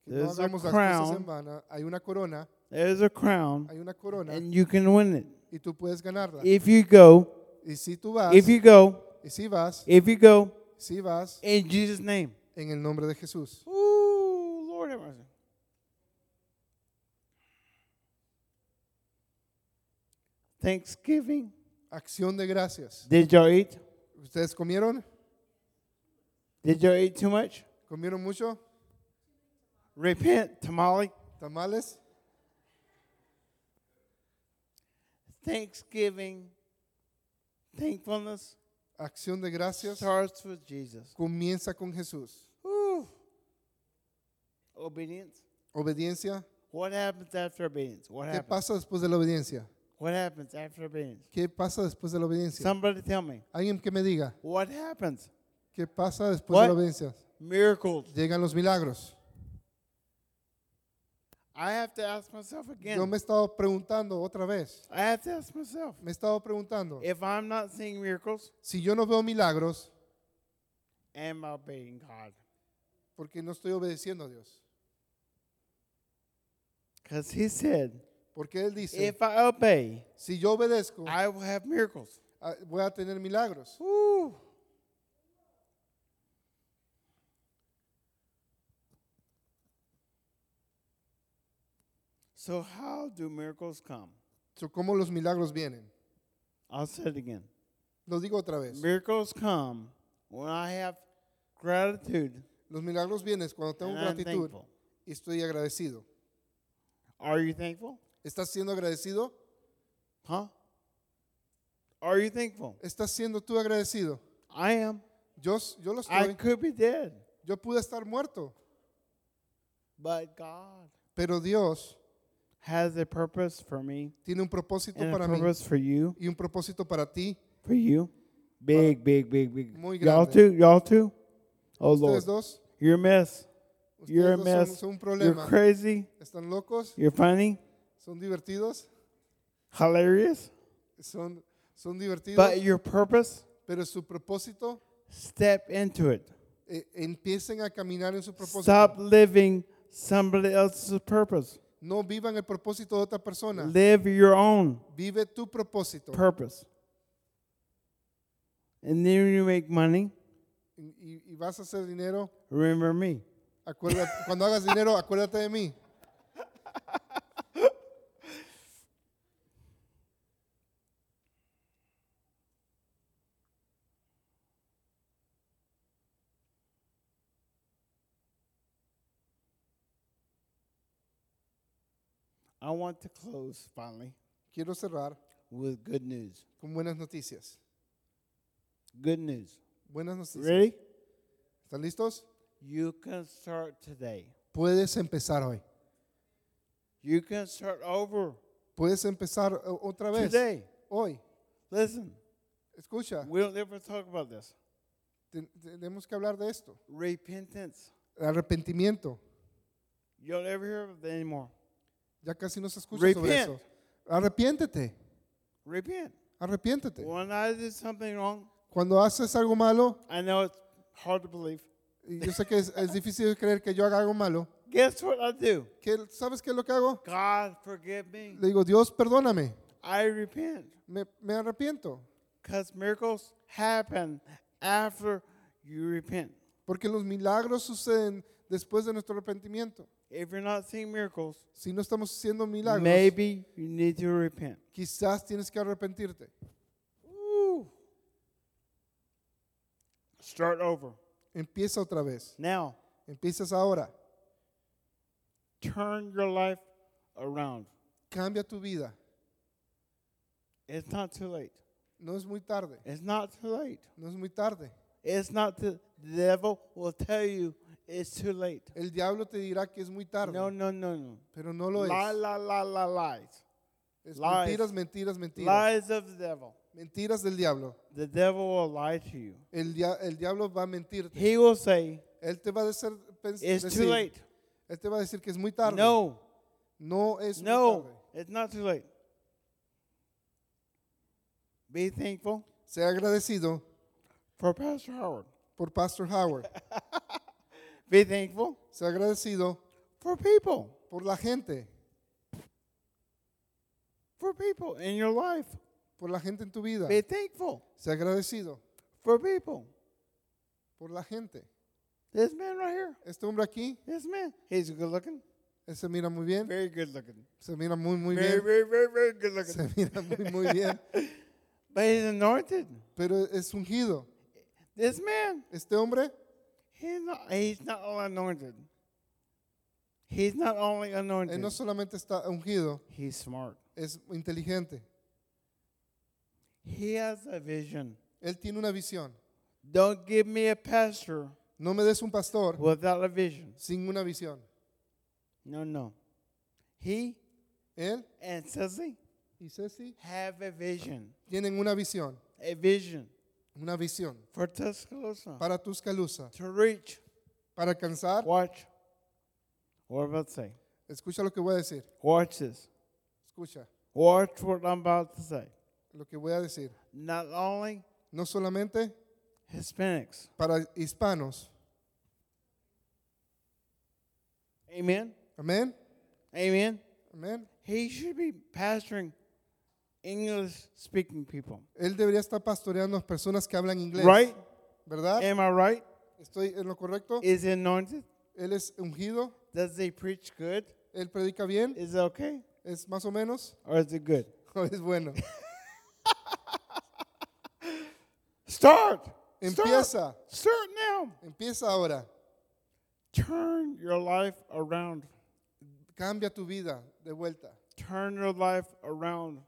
S2: Que no
S1: There's a
S2: hagamos las cosas en
S1: crown.
S2: vano. Hay una corona,
S1: There's a crown,
S2: hay una corona
S1: and you can win it
S2: y tú puedes ganarla.
S1: if you go,
S2: Y si tú vas,
S1: if you go,
S2: y si vas,
S1: if you go
S2: si vas
S1: in Jesus' name.
S2: en el nombre de Jesús.
S1: Ooh, Lord have mercy. Thanksgiving.
S2: Acción de gracias.
S1: Did y'all eat?
S2: ¿Ustedes comieron?
S1: Did y'all eat too much?
S2: ¿Comieron mucho?
S1: Repent, tamale.
S2: ¿Tamales?
S1: Thanksgiving, thankfulness
S2: Acción de gracias
S1: starts with Jesus.
S2: comienza con Jesús.
S1: Ooh. Obedience.
S2: Obediencia.
S1: What happens after obedience? What
S2: ¿Qué
S1: happens?
S2: pasa después de la obediencia?
S1: What happens after obedience?
S2: ¿Qué pasa después de la obediencia?
S1: Somebody tell me.
S2: Alguien que me diga,
S1: What happens?
S2: ¿qué pasa después de la
S1: What?
S2: obediencia?
S1: Miracles.
S2: Llegan los milagros.
S1: I have to ask myself again.
S2: Yo me he estado preguntando otra vez.
S1: I have to ask myself
S2: Me he estado preguntando.
S1: if I'm not seeing miracles,
S2: Si yo no veo milagros,
S1: am I obeying God?
S2: porque no estoy obedeciendo a Dios.
S1: Because He said,
S2: Porque Él dice,
S1: if I obey,
S2: si yo obedezco,
S1: I will have miracles.
S2: ah, voy a tener milagros.
S1: Woo. So, how do miracles come?
S2: So, ¿Cómo los milagros vienen?
S1: I'll say it again.
S2: Lo digo otra vez.
S1: Miracles come when I have gratitude
S2: Los milagros vienen cuando tengo
S1: and I'm
S2: gratitud
S1: thankful.
S2: y estoy agradecido.
S1: Are you thankful?
S2: ¿Estás siendo agradecido?
S1: Huh? Are you thankful?
S2: ¿Estás siendo tú agradecido?
S1: I am.
S2: Yo, yo lo
S1: I
S2: estoy.
S1: could be dead,
S2: Yo pude estar muerto,
S1: but God
S2: pero Dios
S1: has a purpose for me
S2: tiene un propósito
S1: and a
S2: para mí
S1: purpose for you,
S2: y un propósito para ti.
S1: for you. Big, big, big,
S2: Muy
S1: big. Y'all
S2: grande.
S1: too, y'all too. Oh Lord,
S2: Ustedes dos,
S1: you're a mess. You're a
S2: ustedes
S1: mess.
S2: dos son, son un
S1: You're
S2: problema.
S1: crazy.
S2: Están locos,
S1: You're funny,
S2: son divertidos,
S1: hilarious,
S2: son, son divertidos,
S1: but your purpose.
S2: pero su propósito,
S1: Step into it.
S2: eh, empiecen a caminar en su propósito.
S1: Stop living somebody else's purpose.
S2: No vivan el propósito de otra persona.
S1: Live your own
S2: Vive tu propósito.
S1: purpose. And then you make money.
S2: Y, y- y vas a hacer dinero.
S1: Remember me.
S2: acuérdate- cuando hagas dinero, acuérdate de mí.
S1: I want to close finally
S2: Quiero cerrar
S1: with good news.
S2: con buenas noticias.
S1: Good news.
S2: Buenas noticias.
S1: Ready?
S2: ¿Están listos?
S1: You can start today.
S2: Puedes empezar hoy.
S1: You can start over
S2: Puedes empezar eh, otra vez.
S1: today.
S2: Hoy.
S1: Listen,
S2: Escucha,
S1: we don't ever talk about this.
S2: te- tenemos que hablar de esto.
S1: Repentance.
S2: Arrepentimiento.
S1: You don't ever hear of it anymore.
S2: Ya casi no se escucha sobre
S1: Repent.
S2: eso. Arrepiéntete.
S1: Repent.
S2: Arrepiéntete.
S1: When I did something wrong,
S2: Cuando haces algo malo,
S1: I know it's hard to believe.
S2: y yo sé que es, es difícil creer que yo haga algo malo.
S1: Guess what I do?
S2: ¿Qué- ¿Sabes qué es lo que hago?
S1: God forgive me.
S2: Le digo, Dios, perdóname.
S1: I repent.
S2: Me, me arrepiento.
S1: Because miracles happen after you repent.
S2: Porque los milagros suceden después de nuestro arrepentimiento.
S1: If you're not seeing miracles,
S2: Si no estamos haciendo milagros,
S1: maybe you need to repent.
S2: quizás tienes que arrepentirte.
S1: Woo. Start over.
S2: Empieza otra vez.
S1: Now,
S2: Empiezas ahora.
S1: turn your life around.
S2: Cambia tu vida.
S1: It's not too late.
S2: No es muy tarde.
S1: It's not too late.
S2: No es muy tarde.
S1: It's not too, the devil will tell you it's too late.
S2: El diablo te dirá que es muy tarde,
S1: No, no, no, no.
S2: pero no lo
S1: Lie,
S2: es.
S1: lie, lie, lie, lies.
S2: Es
S1: lies.
S2: mentiras, mentiras, mentiras.
S1: Lies of the devil.
S2: Mentiras del diablo.
S1: The devil will lie to you.
S2: El, dia- el diablo va a mentirte.
S1: He will say,
S2: Él te va a decir, pens-
S1: It's
S2: decir-
S1: too late.
S2: Él te va a decir que es muy tarde.
S1: No,
S2: No es muy
S1: no,
S2: tarde.
S1: it's not too late. Be thankful
S2: Sea agradecido
S1: for Pastor Howard.
S2: por Pastor Howard.
S1: Be thankful
S2: Sea agradecido
S1: for people,
S2: por la gente,
S1: for people in your life.
S2: por la gente en tu vida.
S1: Be thankful
S2: Sea agradecido
S1: for people.
S2: por la gente.
S1: This man right here,
S2: Este hombre aquí
S1: this man, he's good looking,
S2: él se mira muy bien,
S1: very good looking,
S2: se mira muy muy
S1: very,
S2: bien,
S1: very, very, very good
S2: se
S1: looking.
S2: mira muy muy bien,
S1: But he's anointed.
S2: pero es ungido.
S1: This man,
S2: Este hombre
S1: he's not, he's not only anointed. He's not only
S2: él
S1: anointed.
S2: no solamente está ungido,
S1: He's smart.
S2: es inteligente.
S1: He has a vision.
S2: Él tiene una visión.
S1: Don't give me a pastor
S2: No me des un pastor
S1: without a vision.
S2: sin una visión.
S1: No, no. He
S2: Él
S1: and Ceci
S2: y Ceci
S1: have a vision.
S2: tienen una visión,
S1: A vision
S2: una visión
S1: for Tuscaloosa
S2: para Tuscaloosa,
S1: to reach.
S2: para alcanzar.
S1: Watch. What I'm about to say?
S2: Escucha lo que voy a decir.
S1: Watch this.
S2: Escucha
S1: Watch what I'm about to say.
S2: lo que voy a decir.
S1: Not only
S2: No solamente
S1: Hispanics.
S2: para hispanos.
S1: Amen.
S2: Amén.
S1: Amen.
S2: Amén.
S1: He should be pastoring English speaking people.
S2: Él debería estar pastoreando a personas que hablan inglés.
S1: Right? Eh.
S2: ¿Verdad?
S1: Am I right?
S2: ¿Estoy en lo correcto?
S1: Is he anointed?
S2: Él es ungido.
S1: Does he preach good?
S2: Él predica bien.
S1: Is it okay?
S2: ¿Es más o menos?
S1: Or is it good?
S2: ¿O es bueno?
S1: Start. Start,
S2: Empieza.
S1: start now.
S2: Empieza ahora.
S1: Turn your life around.
S2: Cambia tu vida de vuelta.
S1: Turn your life around.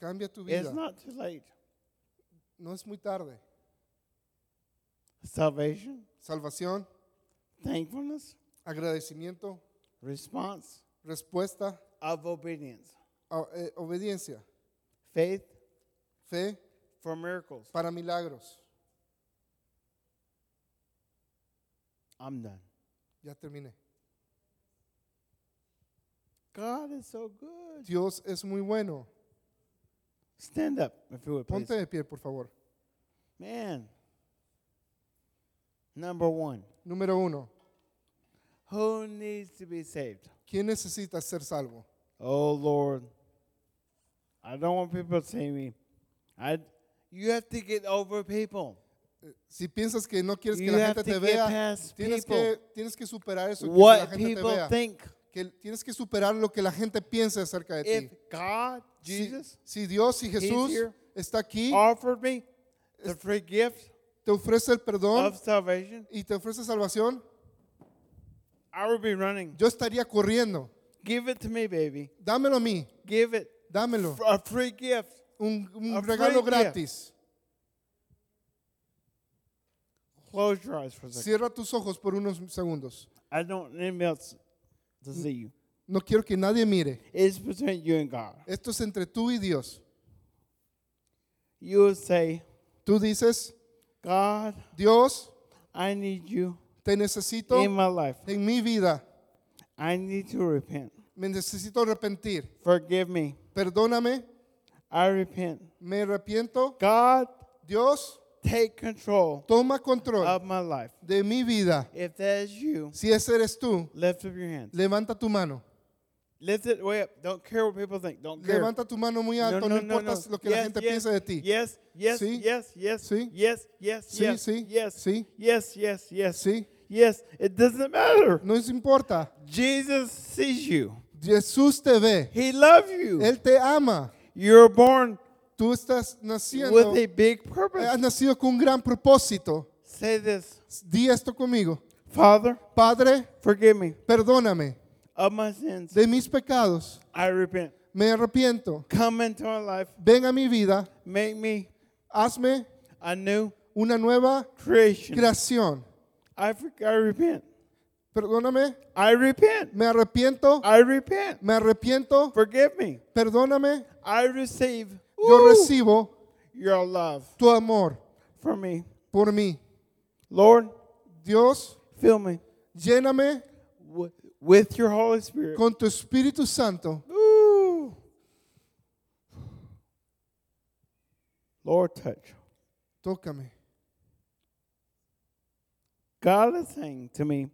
S2: Cambia tu
S1: It's
S2: vida.
S1: not too late.
S2: No es muy tarde.
S1: salvation,
S2: Salvación,
S1: thankfulness,
S2: agradecimiento,
S1: response
S2: respuesta,
S1: of obedience,
S2: a- eh, obediencia,
S1: faith
S2: fe
S1: for miracles.
S2: para milagros.
S1: I'm done.
S2: Ya terminé.
S1: God is so good.
S2: Dios es muy bueno.
S1: Stand up if you would please.
S2: Ponte de pie, por favor.
S1: Man. Number one,
S2: Número uno,
S1: who needs to be saved?
S2: ¿quién necesita ser salvo?
S1: Oh Lord, I don't want people to see me. I, you have to get over people.
S2: Si piensas que no quieres que
S1: You
S2: la
S1: have
S2: gente
S1: to
S2: te
S1: get
S2: vea,
S1: past
S2: tienes
S1: people.
S2: que, tienes que superar eso que la
S1: What
S2: gente te
S1: people
S2: vea.
S1: think.
S2: Que tienes que superar lo que la gente piensa acerca de
S1: If
S2: ti.
S1: God,
S2: Si-
S1: Jesus,
S2: si, Dios y Jesús
S1: here.
S2: está aquí,
S1: offered me the free gift
S2: te ofrece el perdón
S1: of salvation,
S2: y te ofrece salvación,
S1: I would be running.
S2: yo estaría corriendo.
S1: Give it to me, baby.
S2: Dámelo a mí,
S1: Give it.
S2: dámelo.
S1: F- A free gift.
S2: Un, un
S1: a
S2: regalo
S1: free gift.
S2: gratis.
S1: Close your eyes for a second.
S2: Cierra tus ojos por unos segundos.
S1: I don't want anybody else to
S2: Mm.
S1: see you.
S2: No quiero que nadie mire.
S1: It's between you and God.
S2: Esto es entre tú y Dios.
S1: You will say,
S2: Tú dices,
S1: God,
S2: Dios,
S1: I need you
S2: te necesito
S1: in my life.
S2: en mi vida.
S1: I need to repent.
S2: Me necesito arrepentir.
S1: Forgive me.
S2: Perdóname,
S1: I repent.
S2: me arrepiento.
S1: God,
S2: Dios,
S1: take control
S2: toma control
S1: of my life.
S2: de mi vida.
S1: If that is you,
S2: Si ese eres tú,
S1: lift up your hands.
S2: levanta tu mano.
S1: Lift it way up. Don't care what people think. Don't care.
S2: Levanta tu mano muy alto, no, importa lo que la
S1: Yes,
S2: gente
S1: yes,
S2: piensa de ti.
S1: Yes, yes,
S2: Sí.
S1: yes, yes,
S2: Sí.
S1: yes, yes,
S2: Sí,
S1: yes,
S2: sí.
S1: yes,
S2: Sí.
S1: yes, yes, yes,
S2: Sí.
S1: yes. It doesn't matter.
S2: No nos importa.
S1: Jesus sees you.
S2: Jesús te ve.
S1: He loves you.
S2: Él te ama.
S1: You're born
S2: Tú estás naciendo.
S1: with a big purpose.
S2: Has nacido con un gran propósito.
S1: Say this,
S2: Di esto conmigo.
S1: Father,
S2: Padre,
S1: forgive me
S2: perdóname
S1: of my sins.
S2: de mis pecados.
S1: I repent.
S2: Me arrepiento.
S1: Come into my life.
S2: Ven a mi vida.
S1: Make me
S2: Hazme
S1: a new
S2: una nueva
S1: creation.
S2: creación.
S1: I, for- I repent.
S2: Perdóname.
S1: I repent.
S2: Me arrepiento.
S1: I repent.
S2: Me arrepiento.
S1: Forgive me.
S2: Perdóname.
S1: I receive
S2: Yo
S1: woo,
S2: recibo
S1: your love
S2: tu amor
S1: for me.
S2: por mí.
S1: Lord,
S2: Dios,
S1: fill me
S2: lléname
S1: wi- with your Holy Spirit.
S2: con tu Espíritu Santo.
S1: Woo. Lord, touch.
S2: Tócame.
S1: God is saying to me,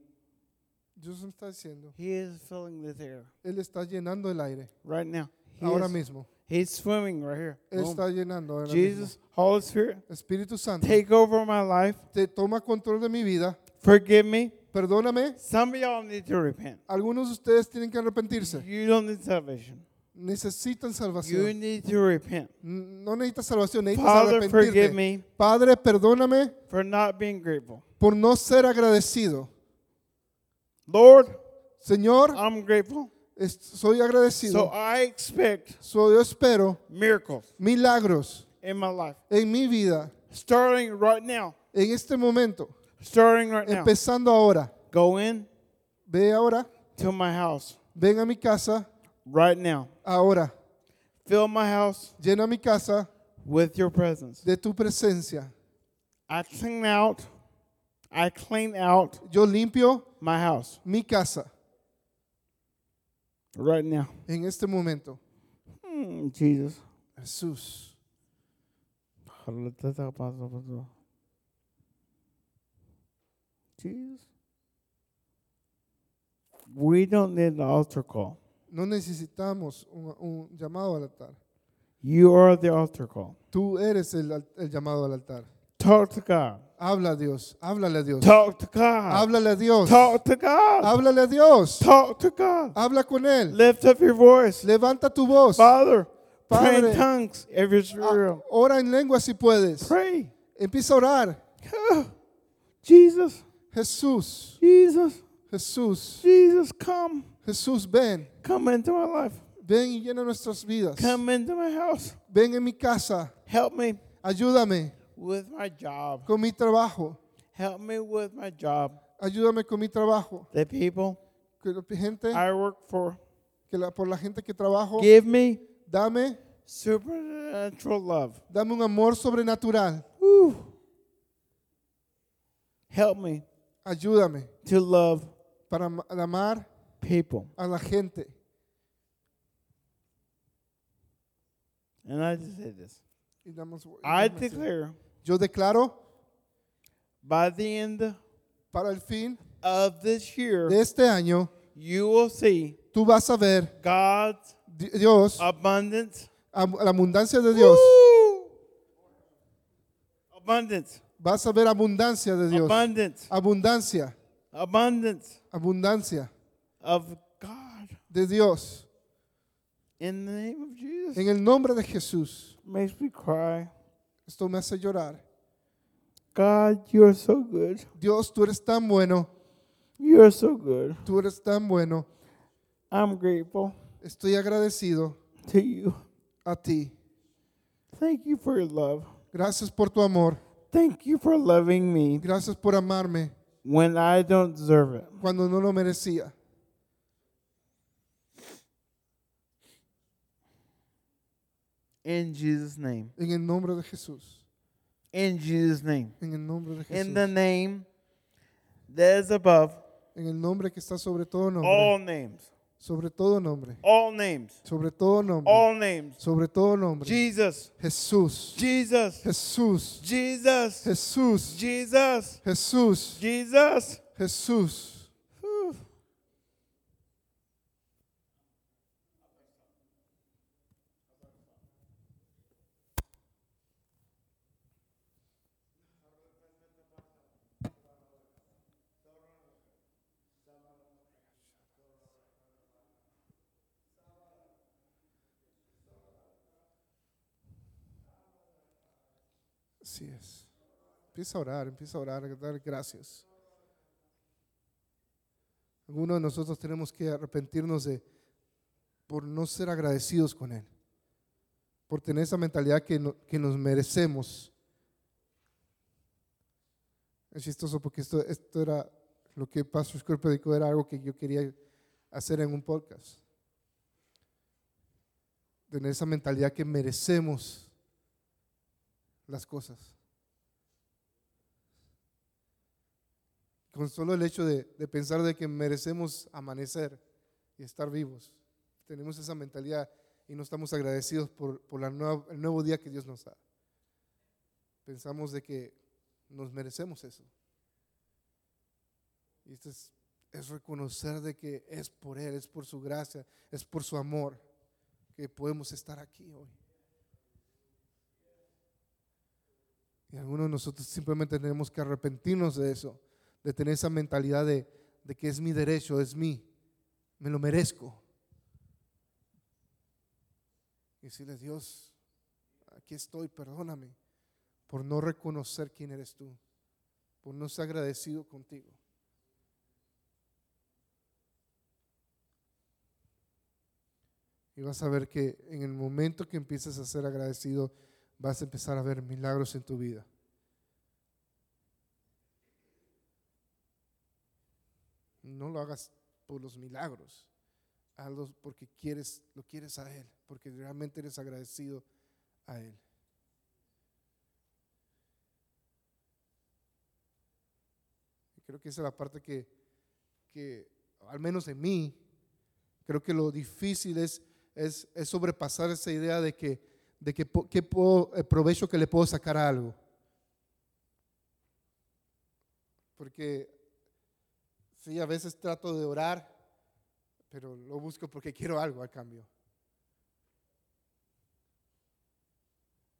S2: Dios me está diciendo.
S1: He is filling this air
S2: Él está llenando el aire.
S1: right now. He
S2: Ahora
S1: is-
S2: mismo.
S1: He's swimming right here.
S2: Él
S1: Boom.
S2: está llenando ahora mismo.
S1: Jesus, Holy Spirit,
S2: Espíritu Santo,
S1: take over my life.
S2: te toma control de mi vida.
S1: Forgive me.
S2: Perdóname.
S1: Some of y'all need to repent.
S2: Algunos de ustedes tienen que arrepentirse.
S1: You don't need salvation.
S2: Necesitan
S1: You
S2: salvación.
S1: need to repent
S2: N- No necesitas salvación, necesitas
S1: Father, forgive me.
S2: arrepentirte. Padre, perdóname
S1: for not being grateful.
S2: por no ser agradecido.
S1: Lord,
S2: Señor,
S1: I'm grateful.
S2: es- soy
S1: So
S2: agradecido.
S1: I expect
S2: So, yo espero
S1: miracles
S2: milagros
S1: in my life.
S2: en mi vida,
S1: Starting right now.
S2: en este momento,
S1: Starting right now.
S2: empezando ahora.
S1: Go in
S2: Ve ahora,
S1: to my house
S2: ven a mi casa
S1: right now.
S2: ahora.
S1: Fill my house
S2: Llena mi casa
S1: with your presence.
S2: de tu presencia.
S1: I clean out. I clean out
S2: Yo limpio
S1: my house
S2: mi casa
S1: right now.
S2: en este momento.
S1: Hmm, Jesus.
S2: Jesús.
S1: Jesus. We don't need an altar call.
S2: No necesitamos un, un llamado al altar.
S1: You are the altar call.
S2: Tú eres el, al- el llamado al altar.
S1: Talk to God.
S2: Habla a Dios. Háblale a Dios.
S1: Talk to God.
S2: Háblale a Dios.
S1: Talk to God.
S2: Háblale a Dios.
S1: Talk to God.
S2: Habla con Él.
S1: Lift up your voice.
S2: Levanta tu voz.
S1: Father, pray in
S2: Padre.
S1: tongues if it's
S2: Ah,
S1: real.
S2: Ora en lengua si puedes.
S1: Pray.
S2: Empieza a orar.
S1: Jesus,
S2: Jesús,
S1: Jesus,
S2: Jesús,
S1: Jesus, come.
S2: Jesús, ven.
S1: Come into my life.
S2: Ven y llena nuestras vidas.
S1: Come into my house.
S2: Ven en mi casa.
S1: Help me
S2: Ayúdame
S1: with my job.
S2: con mi trabajo.
S1: help me with my job.
S2: ayúdame con mi trabajo,
S1: The people
S2: que la gente,
S1: I work for,
S2: que la- por la gente que trabajo,
S1: give me
S2: dame,
S1: supernatural love.
S2: dame un amor sobrenatural,
S1: Whew. Help me
S2: ayúdame
S1: to love
S2: para am- amar
S1: people.
S2: a la gente.
S1: And I just say this.
S2: Y damos- y
S1: I
S2: damos-
S1: declare
S2: Yo declaro
S1: by the end
S2: para el fin
S1: of this
S2: de
S1: year,
S2: este año,
S1: you will see
S2: tú vas a ver
S1: God's
S2: di- Dios,
S1: Ah. abundance.
S2: am- la abundancia de Dios,
S1: Uh. Woo! Abundance.
S2: vas a ver abundancia de Dios,
S1: Abundance.
S2: abundancia,
S1: Abundance
S2: abundancia
S1: of God.
S2: de Dios.
S1: In the name of Jesus.
S2: En el nombre de Jesús,
S1: Makes me cry.
S2: esto me hace llorar.
S1: God, you are so good.
S2: Dios, tú eres tan bueno,
S1: You are so good.
S2: tú eres tan bueno.
S1: I'm grateful
S2: Estoy agradecido
S1: to you.
S2: a ti.
S1: Thank you for your love.
S2: Gracias por tu amor.
S1: Thank you for loving me
S2: Gracias por amarme
S1: when I don't deserve it.
S2: cuando no lo merecía.
S1: In Jesus' name.
S2: En el nombre de Jesús.
S1: In Jesus' name.
S2: En el nombre de
S1: In the
S2: Jesús.
S1: name that is above
S2: En el nombre que está sobre todo nombre.
S1: all names.
S2: Sobre todo nombre.
S1: All names.
S2: Sobre todo nombre.
S1: All names.
S2: Sobre todo nombre.
S1: Jesus.
S2: Jesús.
S1: Jesus.
S2: Jesús.
S1: Jesus.
S2: Jesús.
S1: Jesus.
S2: Jesús.
S1: Jesus.
S2: Jesús.
S1: Whew.
S2: Así es. Empieza a Assim é. orar, empieza a orar, a dar gracias. Algunos de nosotros tenemos que arrepentirnos de por no ser agradecidos con Él, por tener esa mentalidad que, no- que nos merecemos. Es chistoso porque esto, esto era lo que Pastor Scott predicó, era algo que yo quería hacer en un podcast. Tener esa mentalidad que merecemos las cosas. Con solo el hecho de, de pensar de que merecemos amanecer y estar vivos. Tenemos esa mentalidad y no estamos agradecidos por, por la nueva- el nuevo día que Dios nos da. Pensamos de que nos merecemos eso. Y esto es, es reconocer de que es por Él, es por su gracia, es por su amor que podemos estar aquí hoy. Y algunos de nosotros simplemente tenemos que arrepentirnos de eso, de tener esa mentalidad de, de que es mi derecho, es mí, me lo merezco. Y decirle, Dios, aquí estoy, perdóname por no reconocer quién eres tú, por no ser agradecido contigo. Y vas a ver que en el momento que empiezas a ser agradecido, vas a empezar a ver milagros en tu vida. No lo hagas por los milagros, hazlo porque quieres, lo quieres a Él, porque realmente eres agradecido a Él. Y Creo que esa es la parte que, que, al menos en mí, creo que lo difícil es, es, es sobrepasar esa idea de que de que, po- qué puedo- el provecho que le puedo sacar a algo. Porque sí, a veces trato de orar, pero lo busco porque quiero algo a cambio.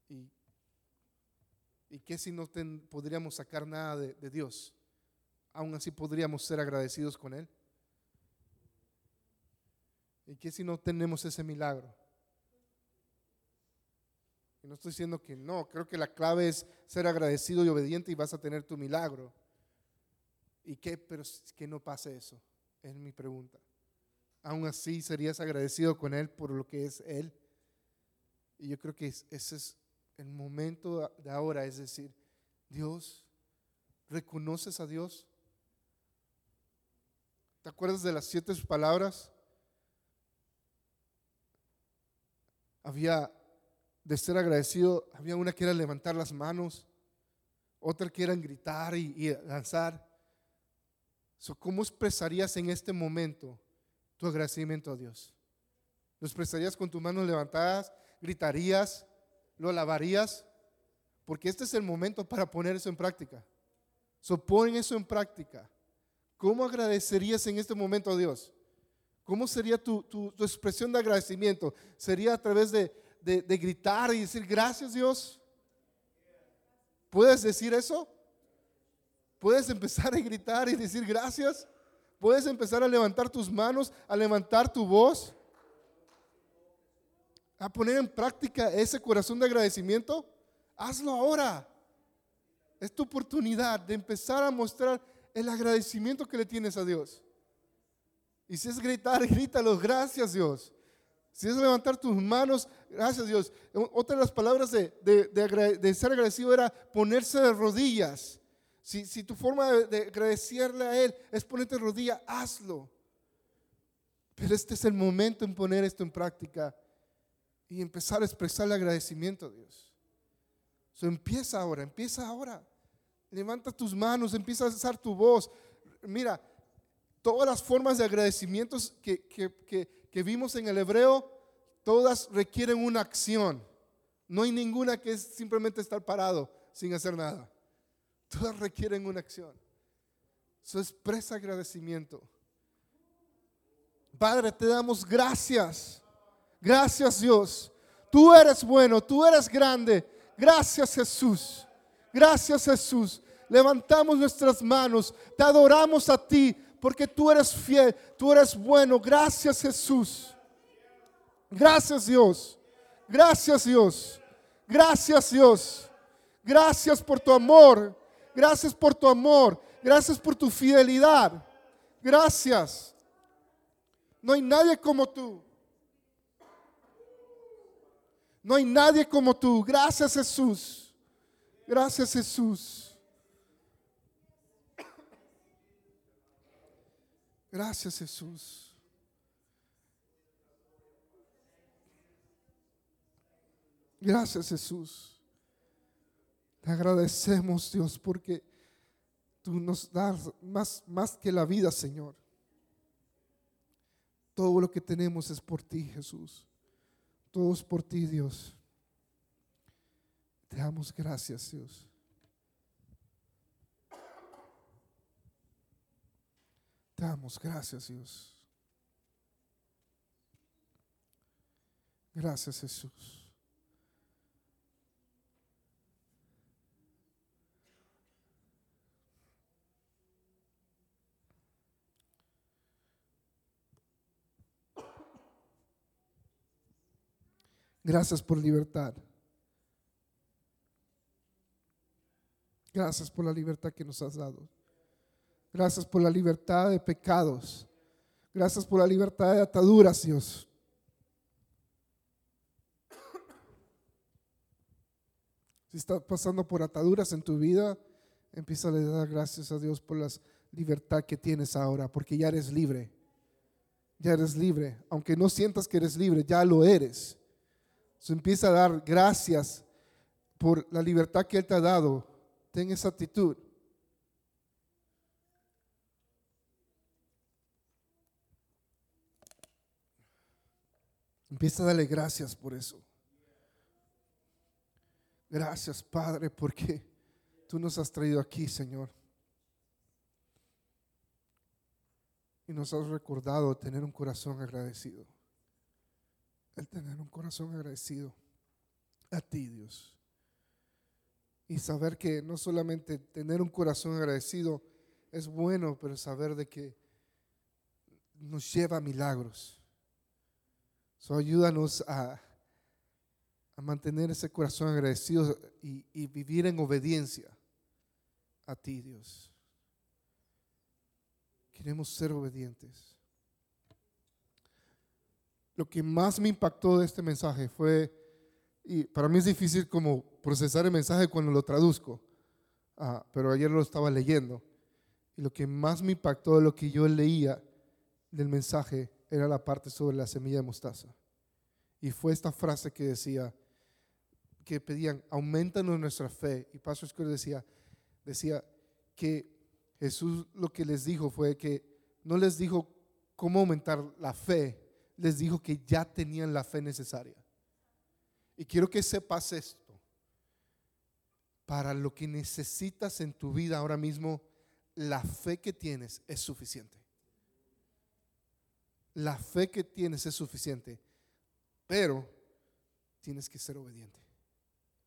S2: ¿Y, y qué si no ten- podríamos sacar nada de, de Dios? Aún así podríamos ser agradecidos con Él. ¿Y qué si no tenemos ese milagro? Y no estoy diciendo que no, creo que la clave es ser agradecido y obediente y vas a tener tu milagro. ¿Y qué? Pero s- que no pase eso, es mi pregunta. Aún así, serías agradecido con Él por lo que es Él. Y yo creo que es- ese es el momento a- de ahora, es decir, Dios, ¿Reconoces a Dios? ¿Te acuerdas de las siete sus palabras? Había de ser agradecido, había una que era levantar las manos, otra que era gritar y, y danzar. So, ¿Cómo expresarías en este momento tu agradecimiento a Dios? ¿Lo expresarías con tus manos levantadas? ¿Gritarías? ¿Lo alabarías? Porque este es el momento para poner eso en práctica. So, pon eso en práctica. ¿Cómo agradecerías en este momento a Dios? ¿Cómo sería tu, tu- tu expresión de agradecimiento? ¿Sería a través de, de- de gritar y decir gracias Dios? ¿Puedes decir eso? ¿Puedes empezar a gritar y decir gracias? ¿Puedes empezar a levantar tus manos, a levantar tu voz? ¿A poner en práctica ese corazón de agradecimiento? Hazlo ahora. Es tu oportunidad de empezar a mostrar el agradecimiento que le tienes a Dios. Y si es gritar, grítalo, gracias Dios. Si es levantar tus manos, gracias Dios. O- Otra de las palabras de, de- de agra- de ser agradecido era ponerse de rodillas. Si, si tu forma de, de agradecerle a Él es ponerte de rodillas, hazlo. Pero este es el momento en poner esto en práctica y empezar a expresar el agradecimiento a Dios. So, empieza ahora, empieza ahora. Levanta tus manos, empieza a alzar tu voz. Mira, todas las formas de agradecimientos que, que- que- que vimos en el hebreo, todas requieren una acción. No hay ninguna que es simplemente estar parado sin hacer nada. Todas requieren una acción. Eso expresa agradecimiento. Padre, te damos gracias. Gracias Dios. Tú eres bueno, tú eres grande. Gracias Jesús. Gracias Jesús. Levantamos nuestras manos, te adoramos a ti porque tú eres fiel, tú eres bueno. Gracias Jesús. Gracias Dios. Gracias Dios. Gracias Dios. Gracias por tu amor. Gracias por tu amor. Gracias por tu fidelidad. Gracias. No hay nadie como tú. No hay nadie como tú. Gracias Jesús. Gracias Jesús. Gracias Jesús. Gracias Jesús. Te agradecemos Dios porque tú nos das más, más que la vida Señor. Todo lo que tenemos es por ti Jesús. Todo es por ti Dios. Te damos gracias, Dios. Te damos gracias, Dios. Gracias, Jesús. Gracias por libertad. Gracias por la libertad que nos has dado. Gracias por la libertad de pecados. Gracias por la libertad de ataduras, Dios. Si estás pasando por ataduras en tu vida, empieza a dar gracias a Dios por la libertad que tienes ahora, porque ya eres libre. Ya eres libre. Aunque no sientas que eres libre, ya lo eres. So, empieza a dar gracias por la libertad que Él te ha dado. Ten esa actitud. Empieza a darle gracias por eso. Gracias, Padre, porque tú nos has traído aquí, Señor. Y nos has recordado tener un corazón agradecido. El tener un corazón agradecido a ti, Dios. Y saber que no solamente tener un corazón agradecido es bueno, pero saber de que nos lleva a milagros. So, ayúdanos a, a mantener ese corazón agradecido y, y vivir en obediencia a ti, Dios. Queremos ser obedientes. Lo que más me impactó de este mensaje fue y para mí es difícil como procesar el mensaje cuando lo traduzco. Ah, pero ayer lo estaba leyendo. Y lo que más me impactó de lo que yo leía del mensaje era la parte sobre la semilla de mostaza. Y fue esta frase que decía, que pedían, aumentanos nuestra fe. Y Paso Escuro decía, decía que Jesús lo que les dijo fue que no les dijo cómo aumentar la fe, les dijo que ya tenían la fe necesaria. Y quiero que sepas esto. Para lo que necesitas en tu vida ahora mismo, la fe que tienes es suficiente. La fe que tienes es suficiente, pero tienes que ser obediente.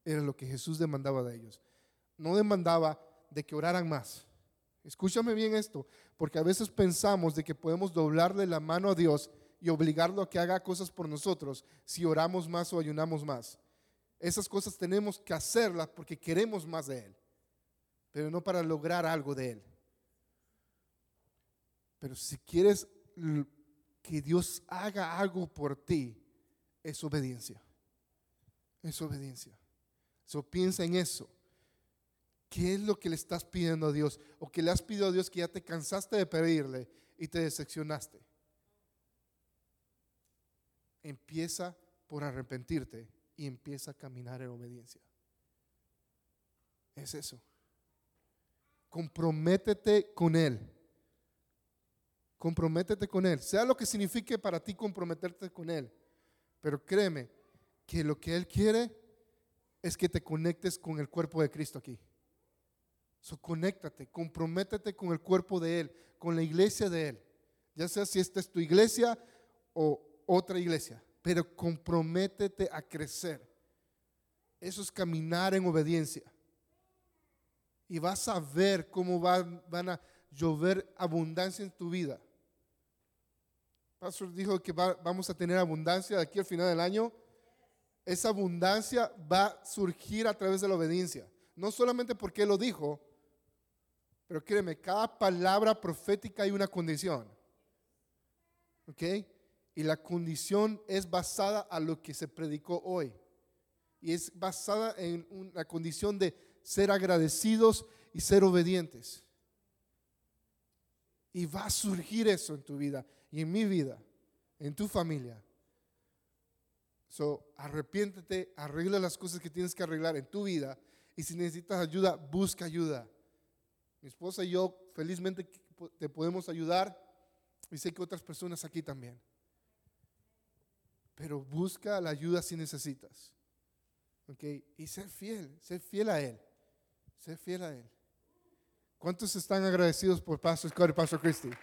S2: Era lo que Jesús demandaba de ellos. No demandaba de que oraran más. Escúchame bien esto, porque a veces pensamos de que podemos doblarle la mano a Dios y obligarlo a que haga cosas por nosotros si oramos más o ayunamos más. Esas cosas tenemos que hacerlas porque queremos más de Él, pero no para lograr algo de Él. Pero si quieres l- que Dios haga algo por ti, es obediencia. Es obediencia. So, piensa en eso. ¿Qué es lo que le estás pidiendo a Dios? ¿O que le has pedido a Dios que ya te cansaste de pedirle y te decepcionaste? Empieza por arrepentirte y empieza a caminar en obediencia. Es eso. Comprométete con Él. Comprométete con Él. Sea lo que signifique para ti comprometerte con Él. Pero créeme que lo que Él quiere es que te conectes con el cuerpo de Cristo aquí. So, conéctate, comprométete con el cuerpo de Él, con la iglesia de Él. Ya sea si esta es tu iglesia o otra iglesia, pero comprométete a crecer. Eso es caminar en obediencia. Y vas a ver cómo van, van a llover abundancia en tu vida. Pastor dijo que va- vamos a tener abundancia de aquí al final del año esa abundancia va a surgir a través de la obediencia. No solamente porque Él lo dijo, pero créeme, cada palabra profética hay una condición. ¿Ok? Y la condición es basada a lo que se predicó hoy. Y es basada en un- la condición de ser agradecidos y ser obedientes. Y va a surgir eso en tu vida y en mi vida, en tu familia. So, arrepiéntete, arregla las cosas que tienes que arreglar en tu vida. Y si necesitas ayuda, busca ayuda. Mi esposa y yo felizmente que po- te podemos ayudar. Y sé que otras personas aquí también. Pero busca la ayuda si necesitas. ¿Ok? Y ser fiel, ser fiel a Él. Ser fiel a Él. ¿Cuántos están agradecidos por Pastor Scott y Pastor Christie?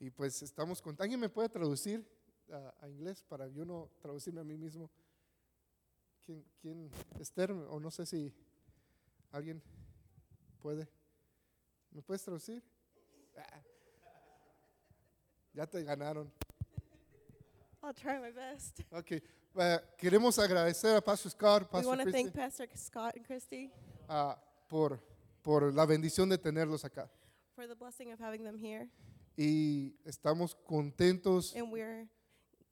S2: Y pues estamos con... ¿Alguien me puede traducir a, a inglés para yo no traducirme a mí mismo? ¿Quién, quién? Esther, o no sé si alguien puede. ¿Me puedes traducir? Ah. Ya te ganaron.
S3: I'll try my best.
S2: Ok. eh, queremos agradecer a Pastor Scott,
S3: we
S2: Pastor
S3: want to
S2: Christie,
S3: thank Pastor Scott and Christy
S2: ah, por, por la bendición de tenerlos acá.
S3: for the blessing of having them here,
S2: Y estamos contentos
S3: and we're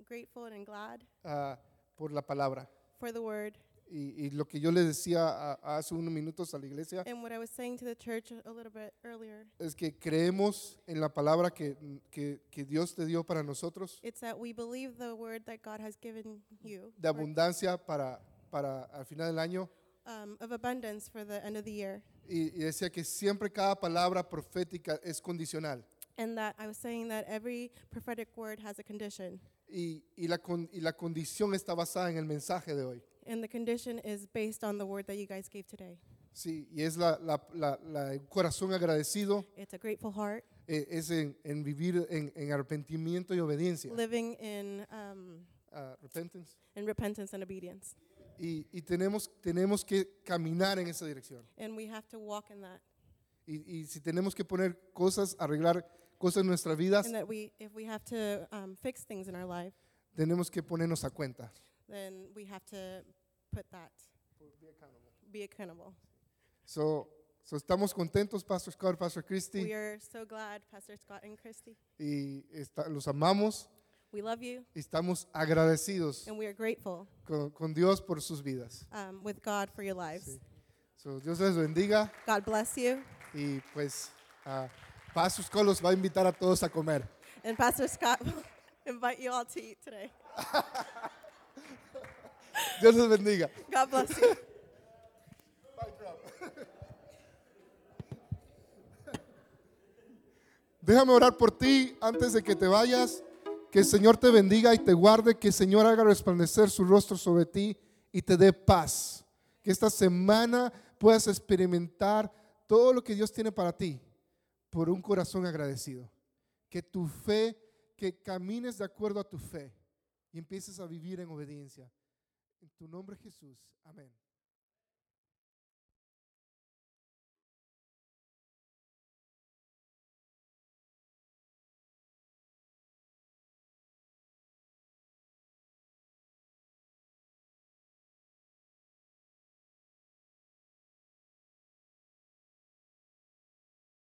S3: grateful and glad
S2: ah, por la palabra.
S3: for the word.
S2: Y, y lo que yo le decía a- a hace unos minutos a la iglesia
S3: And what I was saying to the church a little bit earlier,
S2: es que creemos en la palabra que, que- que Dios te dio para nosotros,
S3: it's that we believe the word that God has given you
S2: de
S3: for-
S2: abundancia para, para al final del año.
S3: um, of abundance for the end of the year,
S2: Y, y decía que siempre cada palabra profética es condicional.
S3: and that I was saying that every prophetic word has a condition,
S2: Y, y la con- y la condición está basada en el mensaje de hoy.
S3: and the condition is based on the word that you guys gave today.
S2: Sí, y es la, la- la- la- el corazón agradecido,
S3: It's a grateful heart,
S2: eh, es en, en vivir en, en arrepentimiento y obediencia.
S3: living in um,
S2: Ah, repentance.
S3: in repentance and obedience.
S2: Y, y tenemos, tenemos que caminar en esa dirección.
S3: and we have to walk in that.
S2: Y, y si tenemos que poner cosas, arreglar cosas en nuestras vidas,
S3: And that we, if we have to um, fix things in our life,
S2: tenemos que ponernos a cuenta.
S3: then we have to put that, be accountable.
S2: So, so estamos contentos, Pastor Scott, Pastor
S3: We
S2: Christie,
S3: are so glad, Pastor Scott and Christy.
S2: y está- los amamos
S3: We love you
S2: Estamos agradecidos
S3: and we are grateful
S2: con, con Dios por sus vidas.
S3: um, with God for your lives.
S2: So, Dios les bendiga
S3: God bless you.
S2: y pues ah, Pasos Colos va a invitar a todos a comer.
S3: And Pastor Scott will invite you all to eat today.
S2: Dios les bendiga.
S3: God bless you.
S2: Déjame orar por ti antes de que te vayas. Que el Señor te bendiga y te guarde. Que el Señor haga resplandecer su rostro sobre ti y te dé paz. Que esta semana puedas experimentar todo lo que Dios tiene para ti por un corazón agradecido. Que tu fe, que camines de acuerdo a tu fe y empieces a vivir en obediencia. En tu nombre Jesús. Amén.